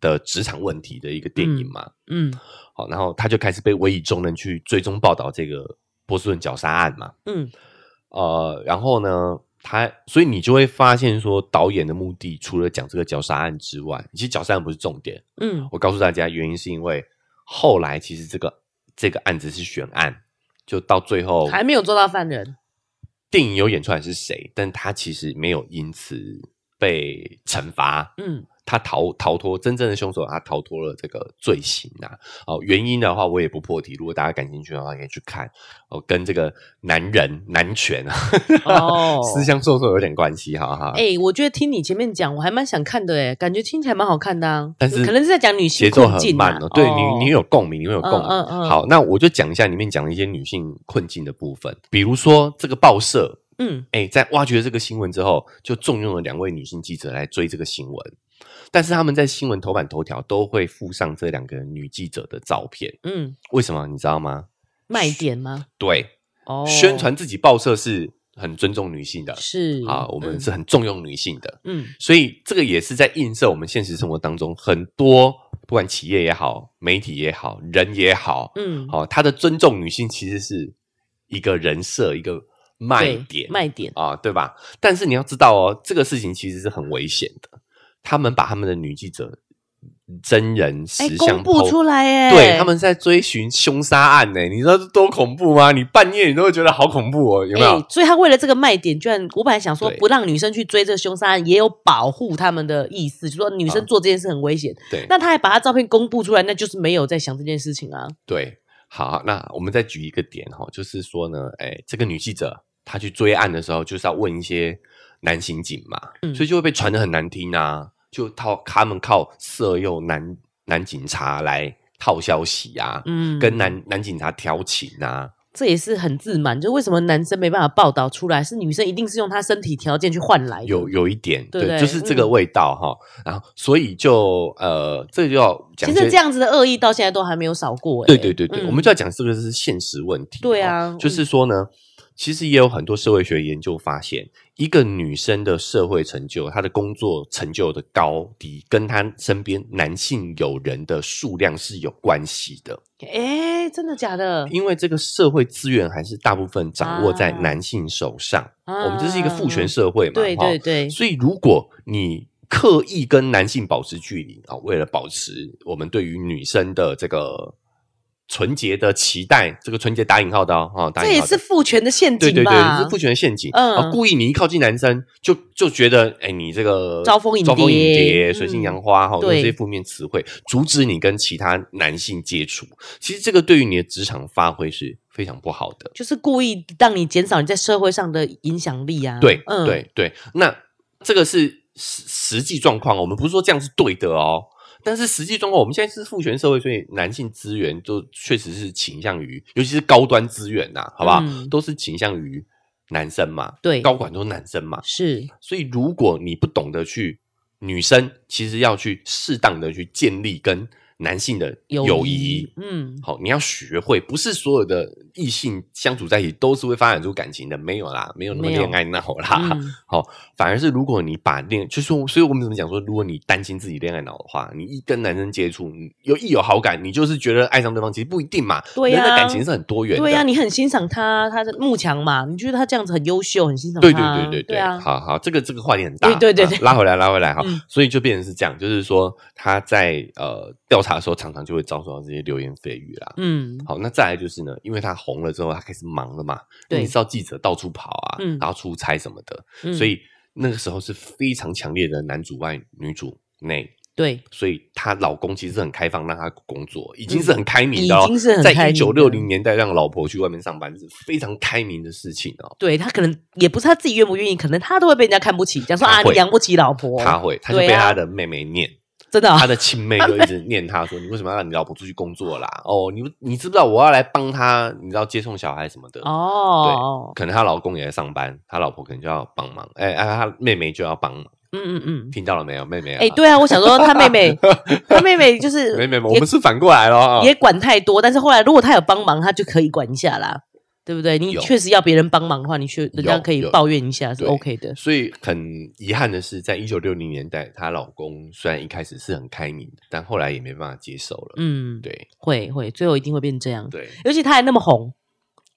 Speaker 1: 的职场问题的一个电影嘛，
Speaker 2: 嗯
Speaker 1: 好，然后他就开始被委以重任去追踪报道这个波士顿绞杀案嘛。
Speaker 2: 嗯，
Speaker 1: 呃，然后呢，他所以你就会发现说，导演的目的除了讲这个绞杀案之外，其实绞杀案不是重点。
Speaker 2: 嗯，
Speaker 1: 我告诉大家，原因是因为后来其实这个这个案子是悬案，就到最后
Speaker 2: 还没有抓到犯人，
Speaker 1: 电影有演出来是谁，但他其实没有因此被惩罚。 <laughs>
Speaker 2: 嗯
Speaker 1: 他逃逃脱真正的凶手，他逃脱了这个罪行啊！哦，原因的话我也不破题，如果大家感兴趣的话可以去看哦，跟这个男人男权啊，
Speaker 2: 哦
Speaker 1: 私相授受有点关系，哈哈。
Speaker 2: 哎、我觉得听你前面讲，我还蛮想看的，哎，感觉听起来蛮好看的、啊，
Speaker 1: 但是
Speaker 2: 可能是在讲女性
Speaker 1: 节奏
Speaker 2: 困
Speaker 1: 很
Speaker 2: 境、
Speaker 1: 慢
Speaker 2: 啊、
Speaker 1: 哦，对你，你有共鸣，你会有共鸣。
Speaker 2: 嗯嗯嗯
Speaker 1: 好，那我就讲一下里面讲的一些女性困境的部分，比如说这个报社，
Speaker 2: 嗯
Speaker 1: 哎，在挖掘这个新闻之后，就重用了两位女性记者来追这个新闻，但是他们在新闻头版头条都会附上这两个女记者的照片，
Speaker 2: 嗯，
Speaker 1: 为什么你知道吗？
Speaker 2: 卖点吗？
Speaker 1: 对，
Speaker 2: 哦，
Speaker 1: 宣传自己报社是很尊重女性的，
Speaker 2: 是
Speaker 1: 啊，我们是很重用女性的，
Speaker 2: 嗯
Speaker 1: 所以这个也是在映射我们现实生活当中很多，不管企业也好，媒体也好，人也好，
Speaker 2: 嗯，
Speaker 1: 好、他的尊重女性其实是一个人设，一个卖
Speaker 2: 对
Speaker 1: 点，
Speaker 2: 卖点，
Speaker 1: 啊，对吧？但是你要知道哦，这个事情其实是很危险的。他们把他们的女记者真人
Speaker 2: 哎、
Speaker 1: 实
Speaker 2: 公
Speaker 1: 相
Speaker 2: 布出
Speaker 1: 剖。
Speaker 2: 来哎、
Speaker 1: 对，他们在追寻凶杀案呢、你知道这多恐怖吗？你半夜你都会觉得好恐怖哦，有没有？
Speaker 2: 哎所以他为了这个卖点，居然我本来想说
Speaker 1: 对
Speaker 2: 不让女生去追这个凶杀案，也有保护他们的意思，就说
Speaker 1: 啊
Speaker 2: 女生做这件事很危险。
Speaker 1: 对
Speaker 2: 那他还把他照片公布出来，那就是没有在想这件事情啊。
Speaker 1: 对，好，那我们再举一个点哈、就是说呢，哎，这个女记者她去追案的时候，就是要问一些男刑警嘛，
Speaker 2: 嗯
Speaker 1: 所以就会被传的很难听啊，就套他们靠色诱男男警察来套消息啊，
Speaker 2: 嗯，
Speaker 1: 跟男男警察调情啊，
Speaker 2: 这也是很自满，就为什么男生没办法报道出来，是女生一定是用她身体条件去换来的。
Speaker 1: 有有一点，
Speaker 2: 对不对
Speaker 1: 就是这个
Speaker 2: 嗯
Speaker 1: 味道哈、然后所以就呃，这就要讲
Speaker 2: 其
Speaker 1: 一
Speaker 2: 实
Speaker 1: 些
Speaker 2: 这样子的恶意到现在都还没有少过、欸。
Speaker 1: 对对对对，
Speaker 2: 嗯
Speaker 1: 我们就要讲这个是现实问题。
Speaker 2: 对啊
Speaker 1: 哦就是说呢，其实也有很多社会学研究发现，一个女生的社会成就，她的工作成就的高低，跟她身边男性友人的数量是有关系的。
Speaker 2: 哎、真的假的？
Speaker 1: 因为这个社会资源还是大部分掌握在
Speaker 2: 啊
Speaker 1: 男性手上，
Speaker 2: 啊
Speaker 1: 我们这是一个父权社会嘛，
Speaker 2: 对
Speaker 1: 哈
Speaker 2: 对对
Speaker 1: 所以如果你刻意跟男性保持距离啊、为了保持我们对于女生的这个纯洁的期待，这个纯洁打引号的哦，哈打
Speaker 2: 这
Speaker 1: 引
Speaker 2: 也
Speaker 1: 号的
Speaker 2: 是父权的陷
Speaker 1: 对
Speaker 2: 阱
Speaker 1: 对对，
Speaker 2: 吧？
Speaker 1: 这是父权的陷阱。
Speaker 2: 嗯
Speaker 1: 啊，故意你一靠近男生，就就觉得哎，你这个
Speaker 2: 招蜂引
Speaker 1: 招蜂引
Speaker 2: 蝶
Speaker 1: 蝶、
Speaker 2: 嗯
Speaker 1: 水性杨花哈，用
Speaker 2: 对
Speaker 1: 这些负面词汇阻止你跟其他男性接触。其实这个对于你的职场发挥是非常不好的。
Speaker 2: 就是故意让你减少你在社会上的影响力啊。
Speaker 1: 对，对，对。那这个是实实际状况，我们不是说这样是对的哦。但是实际状况，我们现在是父权社会，所以男性资源就确实是倾向于，尤其是高端资源呐、好不好？
Speaker 2: 嗯
Speaker 1: 都是倾向于男生嘛，
Speaker 2: 对
Speaker 1: 高管都是男生嘛。
Speaker 2: 是
Speaker 1: 所以如果你不懂得去，女生其实要去适当的去建立跟男性的友谊。
Speaker 2: 嗯，
Speaker 1: 好，你要学会，不是所有的异性相处在一起都是会发展出感情的，没有啦，没有那么
Speaker 2: 没有
Speaker 1: 恋爱脑啦。
Speaker 2: 嗯
Speaker 1: 好、反而是如果你把恋，就是说所以我们怎么讲说，如果你担心自己恋爱脑的话，你一跟男生接触，你有一有好感，你就是觉得爱上对方，其实不一定嘛。
Speaker 2: 对
Speaker 1: 人的
Speaker 2: 呀
Speaker 1: 感情是很多元的。
Speaker 2: 对呀、你很欣赏他，他的慕强嘛，你觉得他这样子很优秀，很欣赏他。
Speaker 1: 对对对对
Speaker 2: 对啊，
Speaker 1: 好好，这个这个话题很大，
Speaker 2: 对对对对
Speaker 1: 啊拉回来拉回来哈
Speaker 2: 嗯，
Speaker 1: 所以就变成是这样，就是说他在呃调查的时候，常常就会遭受到这些流言蜚语啦。
Speaker 2: 嗯，
Speaker 1: 好，那再来就是呢，因为他红了之后，他开始忙了嘛，
Speaker 2: 对
Speaker 1: 你知道记者到处跑啊，
Speaker 2: 嗯
Speaker 1: 然后出差什么的，
Speaker 2: 嗯
Speaker 1: 所以那个时候是非常强烈的男主外女主内。
Speaker 2: 对，
Speaker 1: 所以她老公其实很开放，让她工作，已经是很开明的、
Speaker 2: 嗯
Speaker 1: 哦
Speaker 2: 已经是很开
Speaker 1: 在一
Speaker 2: 明
Speaker 1: 九
Speaker 2: 的
Speaker 1: 六零年代让老婆去外面上班是非常开明的事情哦。
Speaker 2: 对他可能也不是他自己愿不愿意，可能他都会被人家看不起，讲说
Speaker 1: 他
Speaker 2: 啊，
Speaker 1: 会
Speaker 2: 你养不起老婆，
Speaker 1: 他会，他就
Speaker 2: 对
Speaker 1: 被
Speaker 2: 啊
Speaker 1: 他的妹妹念，
Speaker 2: 真 <laughs> 的啊、
Speaker 1: 他的亲妹就一直念他说：“你为什么要让你老婆出去工作啦？哦，你你知不知道我要来帮他，你知道接送小孩什么的。”
Speaker 2: 哦，
Speaker 1: 可能她老公也在上班，她老婆可能就要帮忙，哎、哎，她、妹妹就要帮忙，
Speaker 2: 嗯嗯嗯，
Speaker 1: 听到了没有，妹妹、啊？
Speaker 2: 哎、对啊，我想说他妹
Speaker 1: <laughs>
Speaker 2: 妹，他妹妹就是
Speaker 1: 妹妹们，我
Speaker 2: 也
Speaker 1: 们是反过来咯。啊
Speaker 2: 也管太多，但是后来如果他有帮忙，他就可以管一下啦，对不对？你
Speaker 1: 有
Speaker 2: 确实要别人帮忙的话，你去人家
Speaker 1: 有
Speaker 2: 可以
Speaker 1: 有
Speaker 2: 抱怨一下是
Speaker 1: 对
Speaker 2: OK 的。
Speaker 1: 所以很遗憾的是，在一九六零年代，她老公虽然一开始是很开明的，但后来也没办法接受了。
Speaker 2: 嗯，
Speaker 1: 对
Speaker 2: 会会，最后一定会变这样。
Speaker 1: 对
Speaker 2: 尤其他还那么红，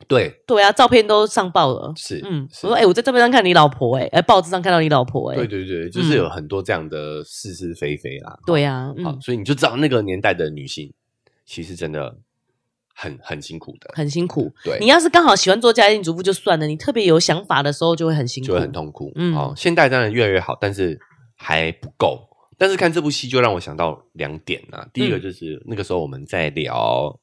Speaker 1: 对，
Speaker 2: 对啊，照片都上报了。
Speaker 1: 是
Speaker 2: 嗯，
Speaker 1: 是
Speaker 2: 我说哎、我在照片上看你老婆、哎，哎，报纸上看到你老婆、哎，
Speaker 1: 对对对，就是有很多这样的是是非非啦。
Speaker 2: 对啊，
Speaker 1: 好，
Speaker 2: 嗯，
Speaker 1: 所以你就知道那个年代的女性其实真的很很辛苦的，
Speaker 2: 很辛苦。
Speaker 1: 对，
Speaker 2: 你要是刚好喜欢做家庭主妇就算了，你特别有想法的时候就会很辛苦，
Speaker 1: 就会很痛苦。
Speaker 2: 嗯
Speaker 1: 嗯，哦，现代当然越来越好，但是还不够。但是看这部戏就让我想到两点啊，第
Speaker 2: 嗯
Speaker 1: 一个就是那个时候我们在聊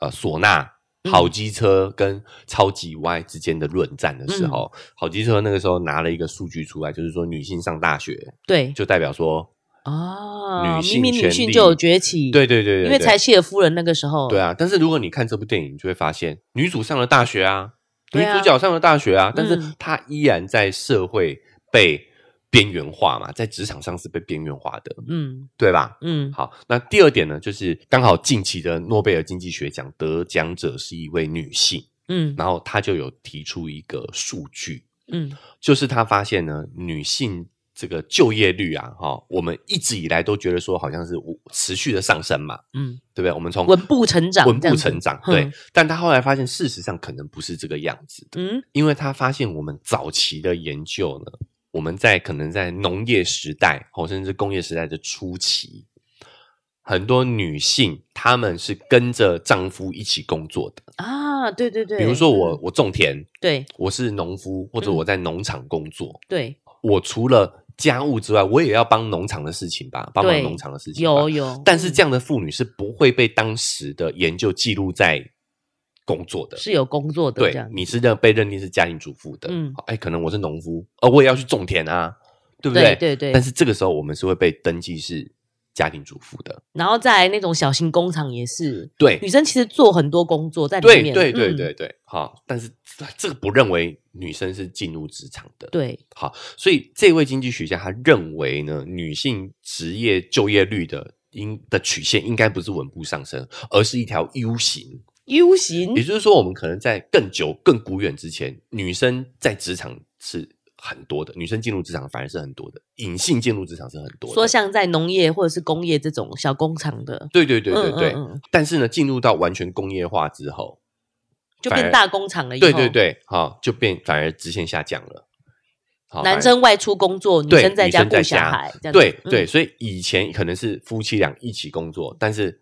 Speaker 1: 呃唢呐。
Speaker 2: 嗯
Speaker 1: 好机车跟超级 Y 之间的论战的
Speaker 2: 嗯
Speaker 1: 时候，好机车那个时候拿了一个数据出来，就是说女性上大学
Speaker 2: 对
Speaker 1: 就代表说，
Speaker 2: 啊，
Speaker 1: 女
Speaker 2: 明
Speaker 1: 性
Speaker 2: 明女
Speaker 1: 权
Speaker 2: 性
Speaker 1: 利
Speaker 2: 就有崛起，
Speaker 1: 对对对对，
Speaker 2: 因为
Speaker 1: 对
Speaker 2: 柴契尔夫人那个时候，
Speaker 1: 对啊，但是如果你看这部电影，你就会发现女主上了大学啊，女
Speaker 2: 对啊
Speaker 1: 主角上了大学啊，但
Speaker 2: 嗯
Speaker 1: 是她依然在社会被边缘化嘛，在职场上是被边缘化的，
Speaker 2: 嗯
Speaker 1: 对吧？
Speaker 2: 嗯，
Speaker 1: 好，那第二点呢，就是刚好近期的诺贝尔经济学奖得奖者是一位女性，
Speaker 2: 嗯
Speaker 1: 然后她就有提出一个数据，
Speaker 2: 嗯，
Speaker 1: 就是她发现呢，女性这个就业率啊，哈、我们一直以来都觉得说好像是持续的上升嘛，
Speaker 2: 嗯，
Speaker 1: 对不对？我们从
Speaker 2: 稳步成长，
Speaker 1: 稳
Speaker 2: 这
Speaker 1: 步
Speaker 2: 样子
Speaker 1: 成长，对
Speaker 2: 嗯。
Speaker 1: 但他后来发现，事实上可能不是这个样子的，
Speaker 2: 嗯
Speaker 1: 因为他发现我们早期的研究呢，我们在可能在农业时代，哦，甚至工业时代的初期，很多女性她们是跟着丈夫一起工作的，
Speaker 2: 啊，对对对，
Speaker 1: 比如说我
Speaker 2: 嗯，
Speaker 1: 我种田，
Speaker 2: 对
Speaker 1: 我是农夫，或者
Speaker 2: 嗯
Speaker 1: 我在农场工作，
Speaker 2: 对，
Speaker 1: 我除了家务之外，我也要帮农场的事情吧，帮忙
Speaker 2: 对
Speaker 1: 农场的事情吧。
Speaker 2: 有有，
Speaker 1: 但是
Speaker 2: 嗯
Speaker 1: 这样的妇女是不会被当时的研究记录在工作的。
Speaker 2: 是有工作的这
Speaker 1: 对
Speaker 2: 样，，
Speaker 1: 你是认被认定是家庭主妇的，
Speaker 2: 嗯
Speaker 1: 嗯，哎，可能我是农夫，呃，我也要去种田啊，对不
Speaker 2: 对
Speaker 1: 对？
Speaker 2: 对对，
Speaker 1: 但是这个时候，我们是会被登记是家庭主妇的，
Speaker 2: 然后再来那种小型工厂也是，
Speaker 1: 对，
Speaker 2: 女生其实做很多工作在里
Speaker 1: 对，
Speaker 2: 面，
Speaker 1: 对，对，
Speaker 2: 嗯
Speaker 1: 对，对，好。但是这个不认为女生是进入职场的，
Speaker 2: 对，
Speaker 1: 好，所以这位经济学家他认为呢，女性职业就业率的应的曲线应该不是稳步上升，而是一条 U 型。
Speaker 2: ，U 型
Speaker 1: 也就是说，我们可能在更久、更古远之前，女生在职场是很多的，女生进入职场反而是很多的，隐性进入职场是很多的。
Speaker 2: 说像在农业或者是工业这种小工厂的，
Speaker 1: 对对对对对，
Speaker 2: 嗯嗯嗯
Speaker 1: 但是呢，进入到完全工业化之后，
Speaker 2: 就
Speaker 1: 反
Speaker 2: 变
Speaker 1: 而
Speaker 2: 大工厂了以后，
Speaker 1: 对对对，好、就变反而直线下降了。好反
Speaker 2: 男
Speaker 1: 而
Speaker 2: 生外出工作，女
Speaker 1: 对
Speaker 2: 生在
Speaker 1: 女
Speaker 2: 家
Speaker 1: 生
Speaker 2: 顾
Speaker 1: 在
Speaker 2: 小
Speaker 1: 家
Speaker 2: 孩，这样子
Speaker 1: 对
Speaker 2: 嗯
Speaker 1: 对，所以以前可能是夫妻俩一起工作，但是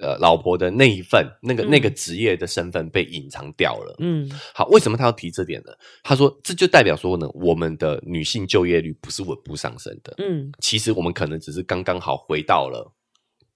Speaker 1: 呃，老婆的那一份那个、那个
Speaker 2: 嗯
Speaker 1: 职业的身份被隐藏掉了。
Speaker 2: 嗯，
Speaker 1: 好，为什么他要提这点呢？他说，这就代表说呢，我们的女性就业率不是稳步上升的。
Speaker 2: 嗯，
Speaker 1: <laughs> 其实我们可能只是刚刚好回到了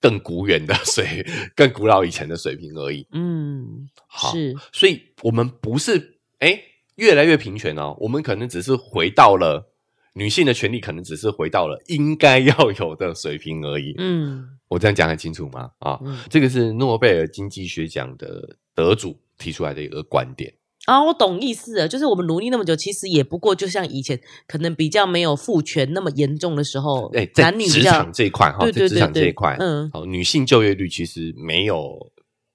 Speaker 1: 更古远的水、更古老以前的水平而已。
Speaker 2: 嗯，
Speaker 1: 好，
Speaker 2: 是
Speaker 1: 所以我们不是哎越来越平权哦，我们可能只是回到了女性的权利，可能只是回到了应该要有的水平而已。
Speaker 2: 嗯
Speaker 1: 我这样讲很清楚吗？啊，
Speaker 2: 嗯
Speaker 1: 这个是诺贝尔经济学奖的得主提出来的一个观点。
Speaker 2: 啊，我懂意思了，就是我们努力那么久，其实也不过就像以前可能比较没有父权那么严重的时候，
Speaker 1: 哎，在
Speaker 2: 男女比
Speaker 1: 职
Speaker 2: 较
Speaker 1: 场这一块哈，
Speaker 2: 对
Speaker 1: 在
Speaker 2: 对
Speaker 1: 职
Speaker 2: 对
Speaker 1: 场这一
Speaker 2: 对
Speaker 1: 块，，
Speaker 2: 嗯
Speaker 1: 好，女性就业率其实没有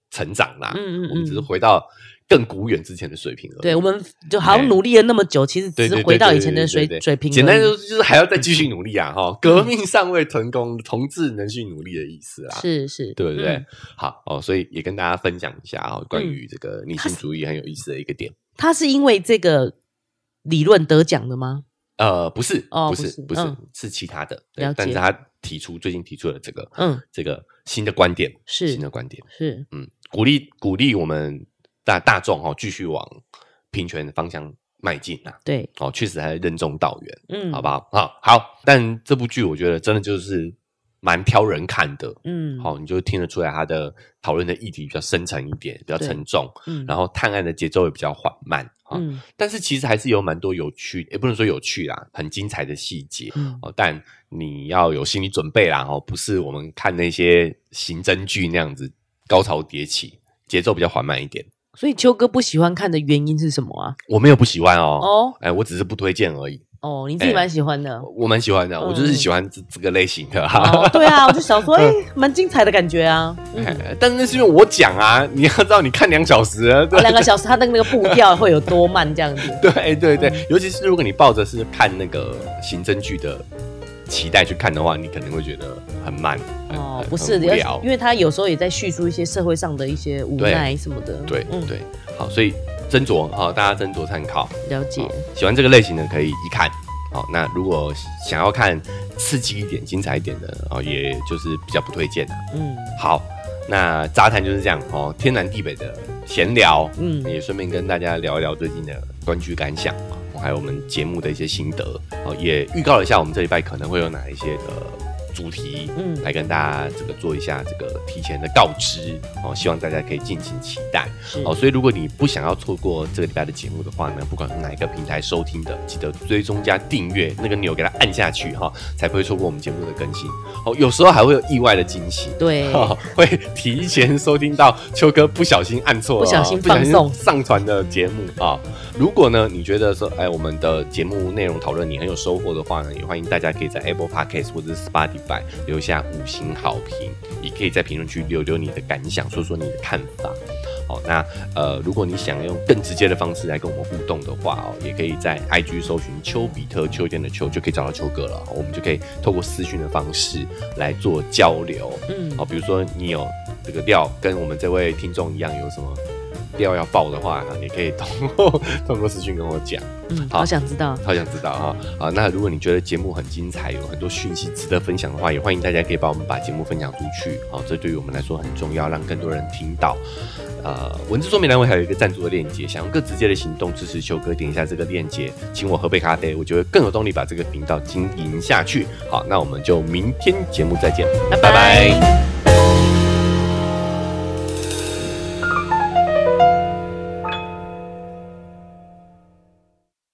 Speaker 1: 成长啦，
Speaker 2: 嗯嗯
Speaker 1: 啊我们只是
Speaker 2: 嗯，
Speaker 1: 回到更古远之前的水平而已。
Speaker 2: 对，我们就好像
Speaker 1: 哎
Speaker 2: 努力了那么久，其实只
Speaker 1: 对
Speaker 2: 是
Speaker 1: 对，
Speaker 2: 回
Speaker 1: 对
Speaker 2: 到
Speaker 1: 对
Speaker 2: 以前的
Speaker 1: 对
Speaker 2: 水
Speaker 1: 对对
Speaker 2: 水平而已，嗯
Speaker 1: 简单说就是还要再继续努力啊！哈，革命尚未成功，同志仍需努力的意思啦，
Speaker 2: 是是，
Speaker 1: 对不对？
Speaker 2: 嗯
Speaker 1: 好哦，所以也跟大家分享一下哦，关于这个女性主义很有意思的一个点。
Speaker 2: 他是因为这个理论得奖的吗？
Speaker 1: 呃，不是，
Speaker 2: 哦
Speaker 1: 不
Speaker 2: 不
Speaker 1: 是
Speaker 2: 是，
Speaker 1: 不是
Speaker 2: 嗯，
Speaker 1: 是其他的。对
Speaker 2: 了解
Speaker 1: 但是他提出最近提出了这个
Speaker 2: 嗯，
Speaker 1: 这个新的观点，
Speaker 2: 是
Speaker 1: 新的观点。
Speaker 2: 是，
Speaker 1: 嗯，鼓励鼓励我们大大众哦，继续往平权的方向迈进啊！
Speaker 2: 对，
Speaker 1: 哦，确实还是任重道远。
Speaker 2: 嗯，
Speaker 1: 好不，好？好好，但这部剧我觉得真的就是蛮挑人看的。
Speaker 2: 嗯，
Speaker 1: 好，你就听得出来他的讨论的议题比较深沉一点，比较
Speaker 2: 对
Speaker 1: 沉重，
Speaker 2: 嗯，
Speaker 1: 然
Speaker 2: 后，
Speaker 1: 后探案的节奏也比较缓慢啊。
Speaker 2: 嗯
Speaker 1: 但是其实还是有蛮多有趣，也不能说有趣啦，很精彩的细节。
Speaker 2: 嗯，
Speaker 1: 哦，但你要有心理准备啦，哦，不是我们看那些刑侦剧那样子高潮迭起，节奏比较缓慢一点。
Speaker 2: 所以秋哥不喜欢看的原因是什么啊？
Speaker 1: 我没有不喜欢哦，
Speaker 2: 哦
Speaker 1: 哎、我只是不推荐而已。
Speaker 2: 哦，你自己
Speaker 1: 哎
Speaker 2: 蛮喜
Speaker 1: <laughs>
Speaker 2: 欢的。
Speaker 1: 我蛮喜欢的，
Speaker 2: 嗯
Speaker 1: 我就是喜欢这这个类型的哈、
Speaker 2: 哦，对啊，我就想
Speaker 1: <laughs>
Speaker 2: 说，哎、蛮精彩的感觉啊。嗯，
Speaker 1: 哎 <laughs> 但是那是因为我讲啊，你要知道，你看两小时啊， <laughs> 对
Speaker 2: 两个小时，他的那个步调会有多慢这
Speaker 1: <laughs>
Speaker 2: 样子？
Speaker 1: 对对对，尤其是如果你抱着是看那个刑侦剧的期待去看的话，你可能会觉得很慢，很
Speaker 2: 哦
Speaker 1: 很，
Speaker 2: 不是，
Speaker 1: 很无
Speaker 2: 要
Speaker 1: 聊
Speaker 2: 因。为他有时候也在叙述一些社会上的一些无
Speaker 1: 对
Speaker 2: 奈什么的。
Speaker 1: 对
Speaker 2: 嗯，
Speaker 1: 对，好，所以斟酌哈、好大家斟酌参考。
Speaker 2: 了解
Speaker 1: 好。哦喜欢这个类型的可以一看。好，那如果想要看刺激一点、精彩一点的哦，也就是比较不推荐的。
Speaker 2: 嗯
Speaker 1: 好，那杂谈就是这样哦，天南地北的闲聊，
Speaker 2: 嗯，
Speaker 1: 也顺便跟大家聊一聊最近的观剧感想，哦还有我们节目的一些心得哦，也预告了一下我们这礼拜可能会有哪一些的主题，
Speaker 2: 嗯
Speaker 1: 来跟大家这个做一下这个提前的告知哦，希望大家可以尽情期待
Speaker 2: 是
Speaker 1: 哦。所以如果你不想要错过这个礼拜的节目的话呢，不管是哪一个平台收听的，记得追踪加订阅那个钮给它按下去哈、才不会错过我们节目的更新哦。有时候还会有意外的惊喜，
Speaker 2: 对，
Speaker 1: 哦，会提前收听到秋哥不小心按错了哦，
Speaker 2: 不小心放送
Speaker 1: 不小心上传的节目啊、如果呢，你觉得说，哎，我们的节目内容讨论你很有收获的话呢，也欢迎大家可以在 Apple Podcast 或者是 Spotify 留下五星好评，也可以在评论区留留你的感想，说说你的看法。好、那呃，如果你想用更直接的方式来跟我们互动的话哦，也可以在 IG 搜寻丘比特秋天的秋，就可以找到秋哥了。哦我们就可以透过私讯的方式来做交流。
Speaker 2: 嗯
Speaker 1: 哦好，比如说你有这个料跟我们这位听众一样有什么料要爆的话，也可以通过通过私讯跟我讲。 <laughs>
Speaker 2: 嗯，
Speaker 1: 好
Speaker 2: 好想知道。
Speaker 1: 好想知道哈啊！那如果你觉得节目很精彩，有很多讯息值得分享的话，也欢迎大家可以帮我们把节目分享出去啊！这对于我们来说很重要，让更多人听到。呃，文字说明栏位还有一个赞助的链接，想用更直接的行动支持修哥，点一下这个链接，请我喝杯咖啡，我觉得更有动力把这个频道经营下去。好，那我们就明天节目再见，
Speaker 2: 拜
Speaker 1: 拜拜
Speaker 2: 拜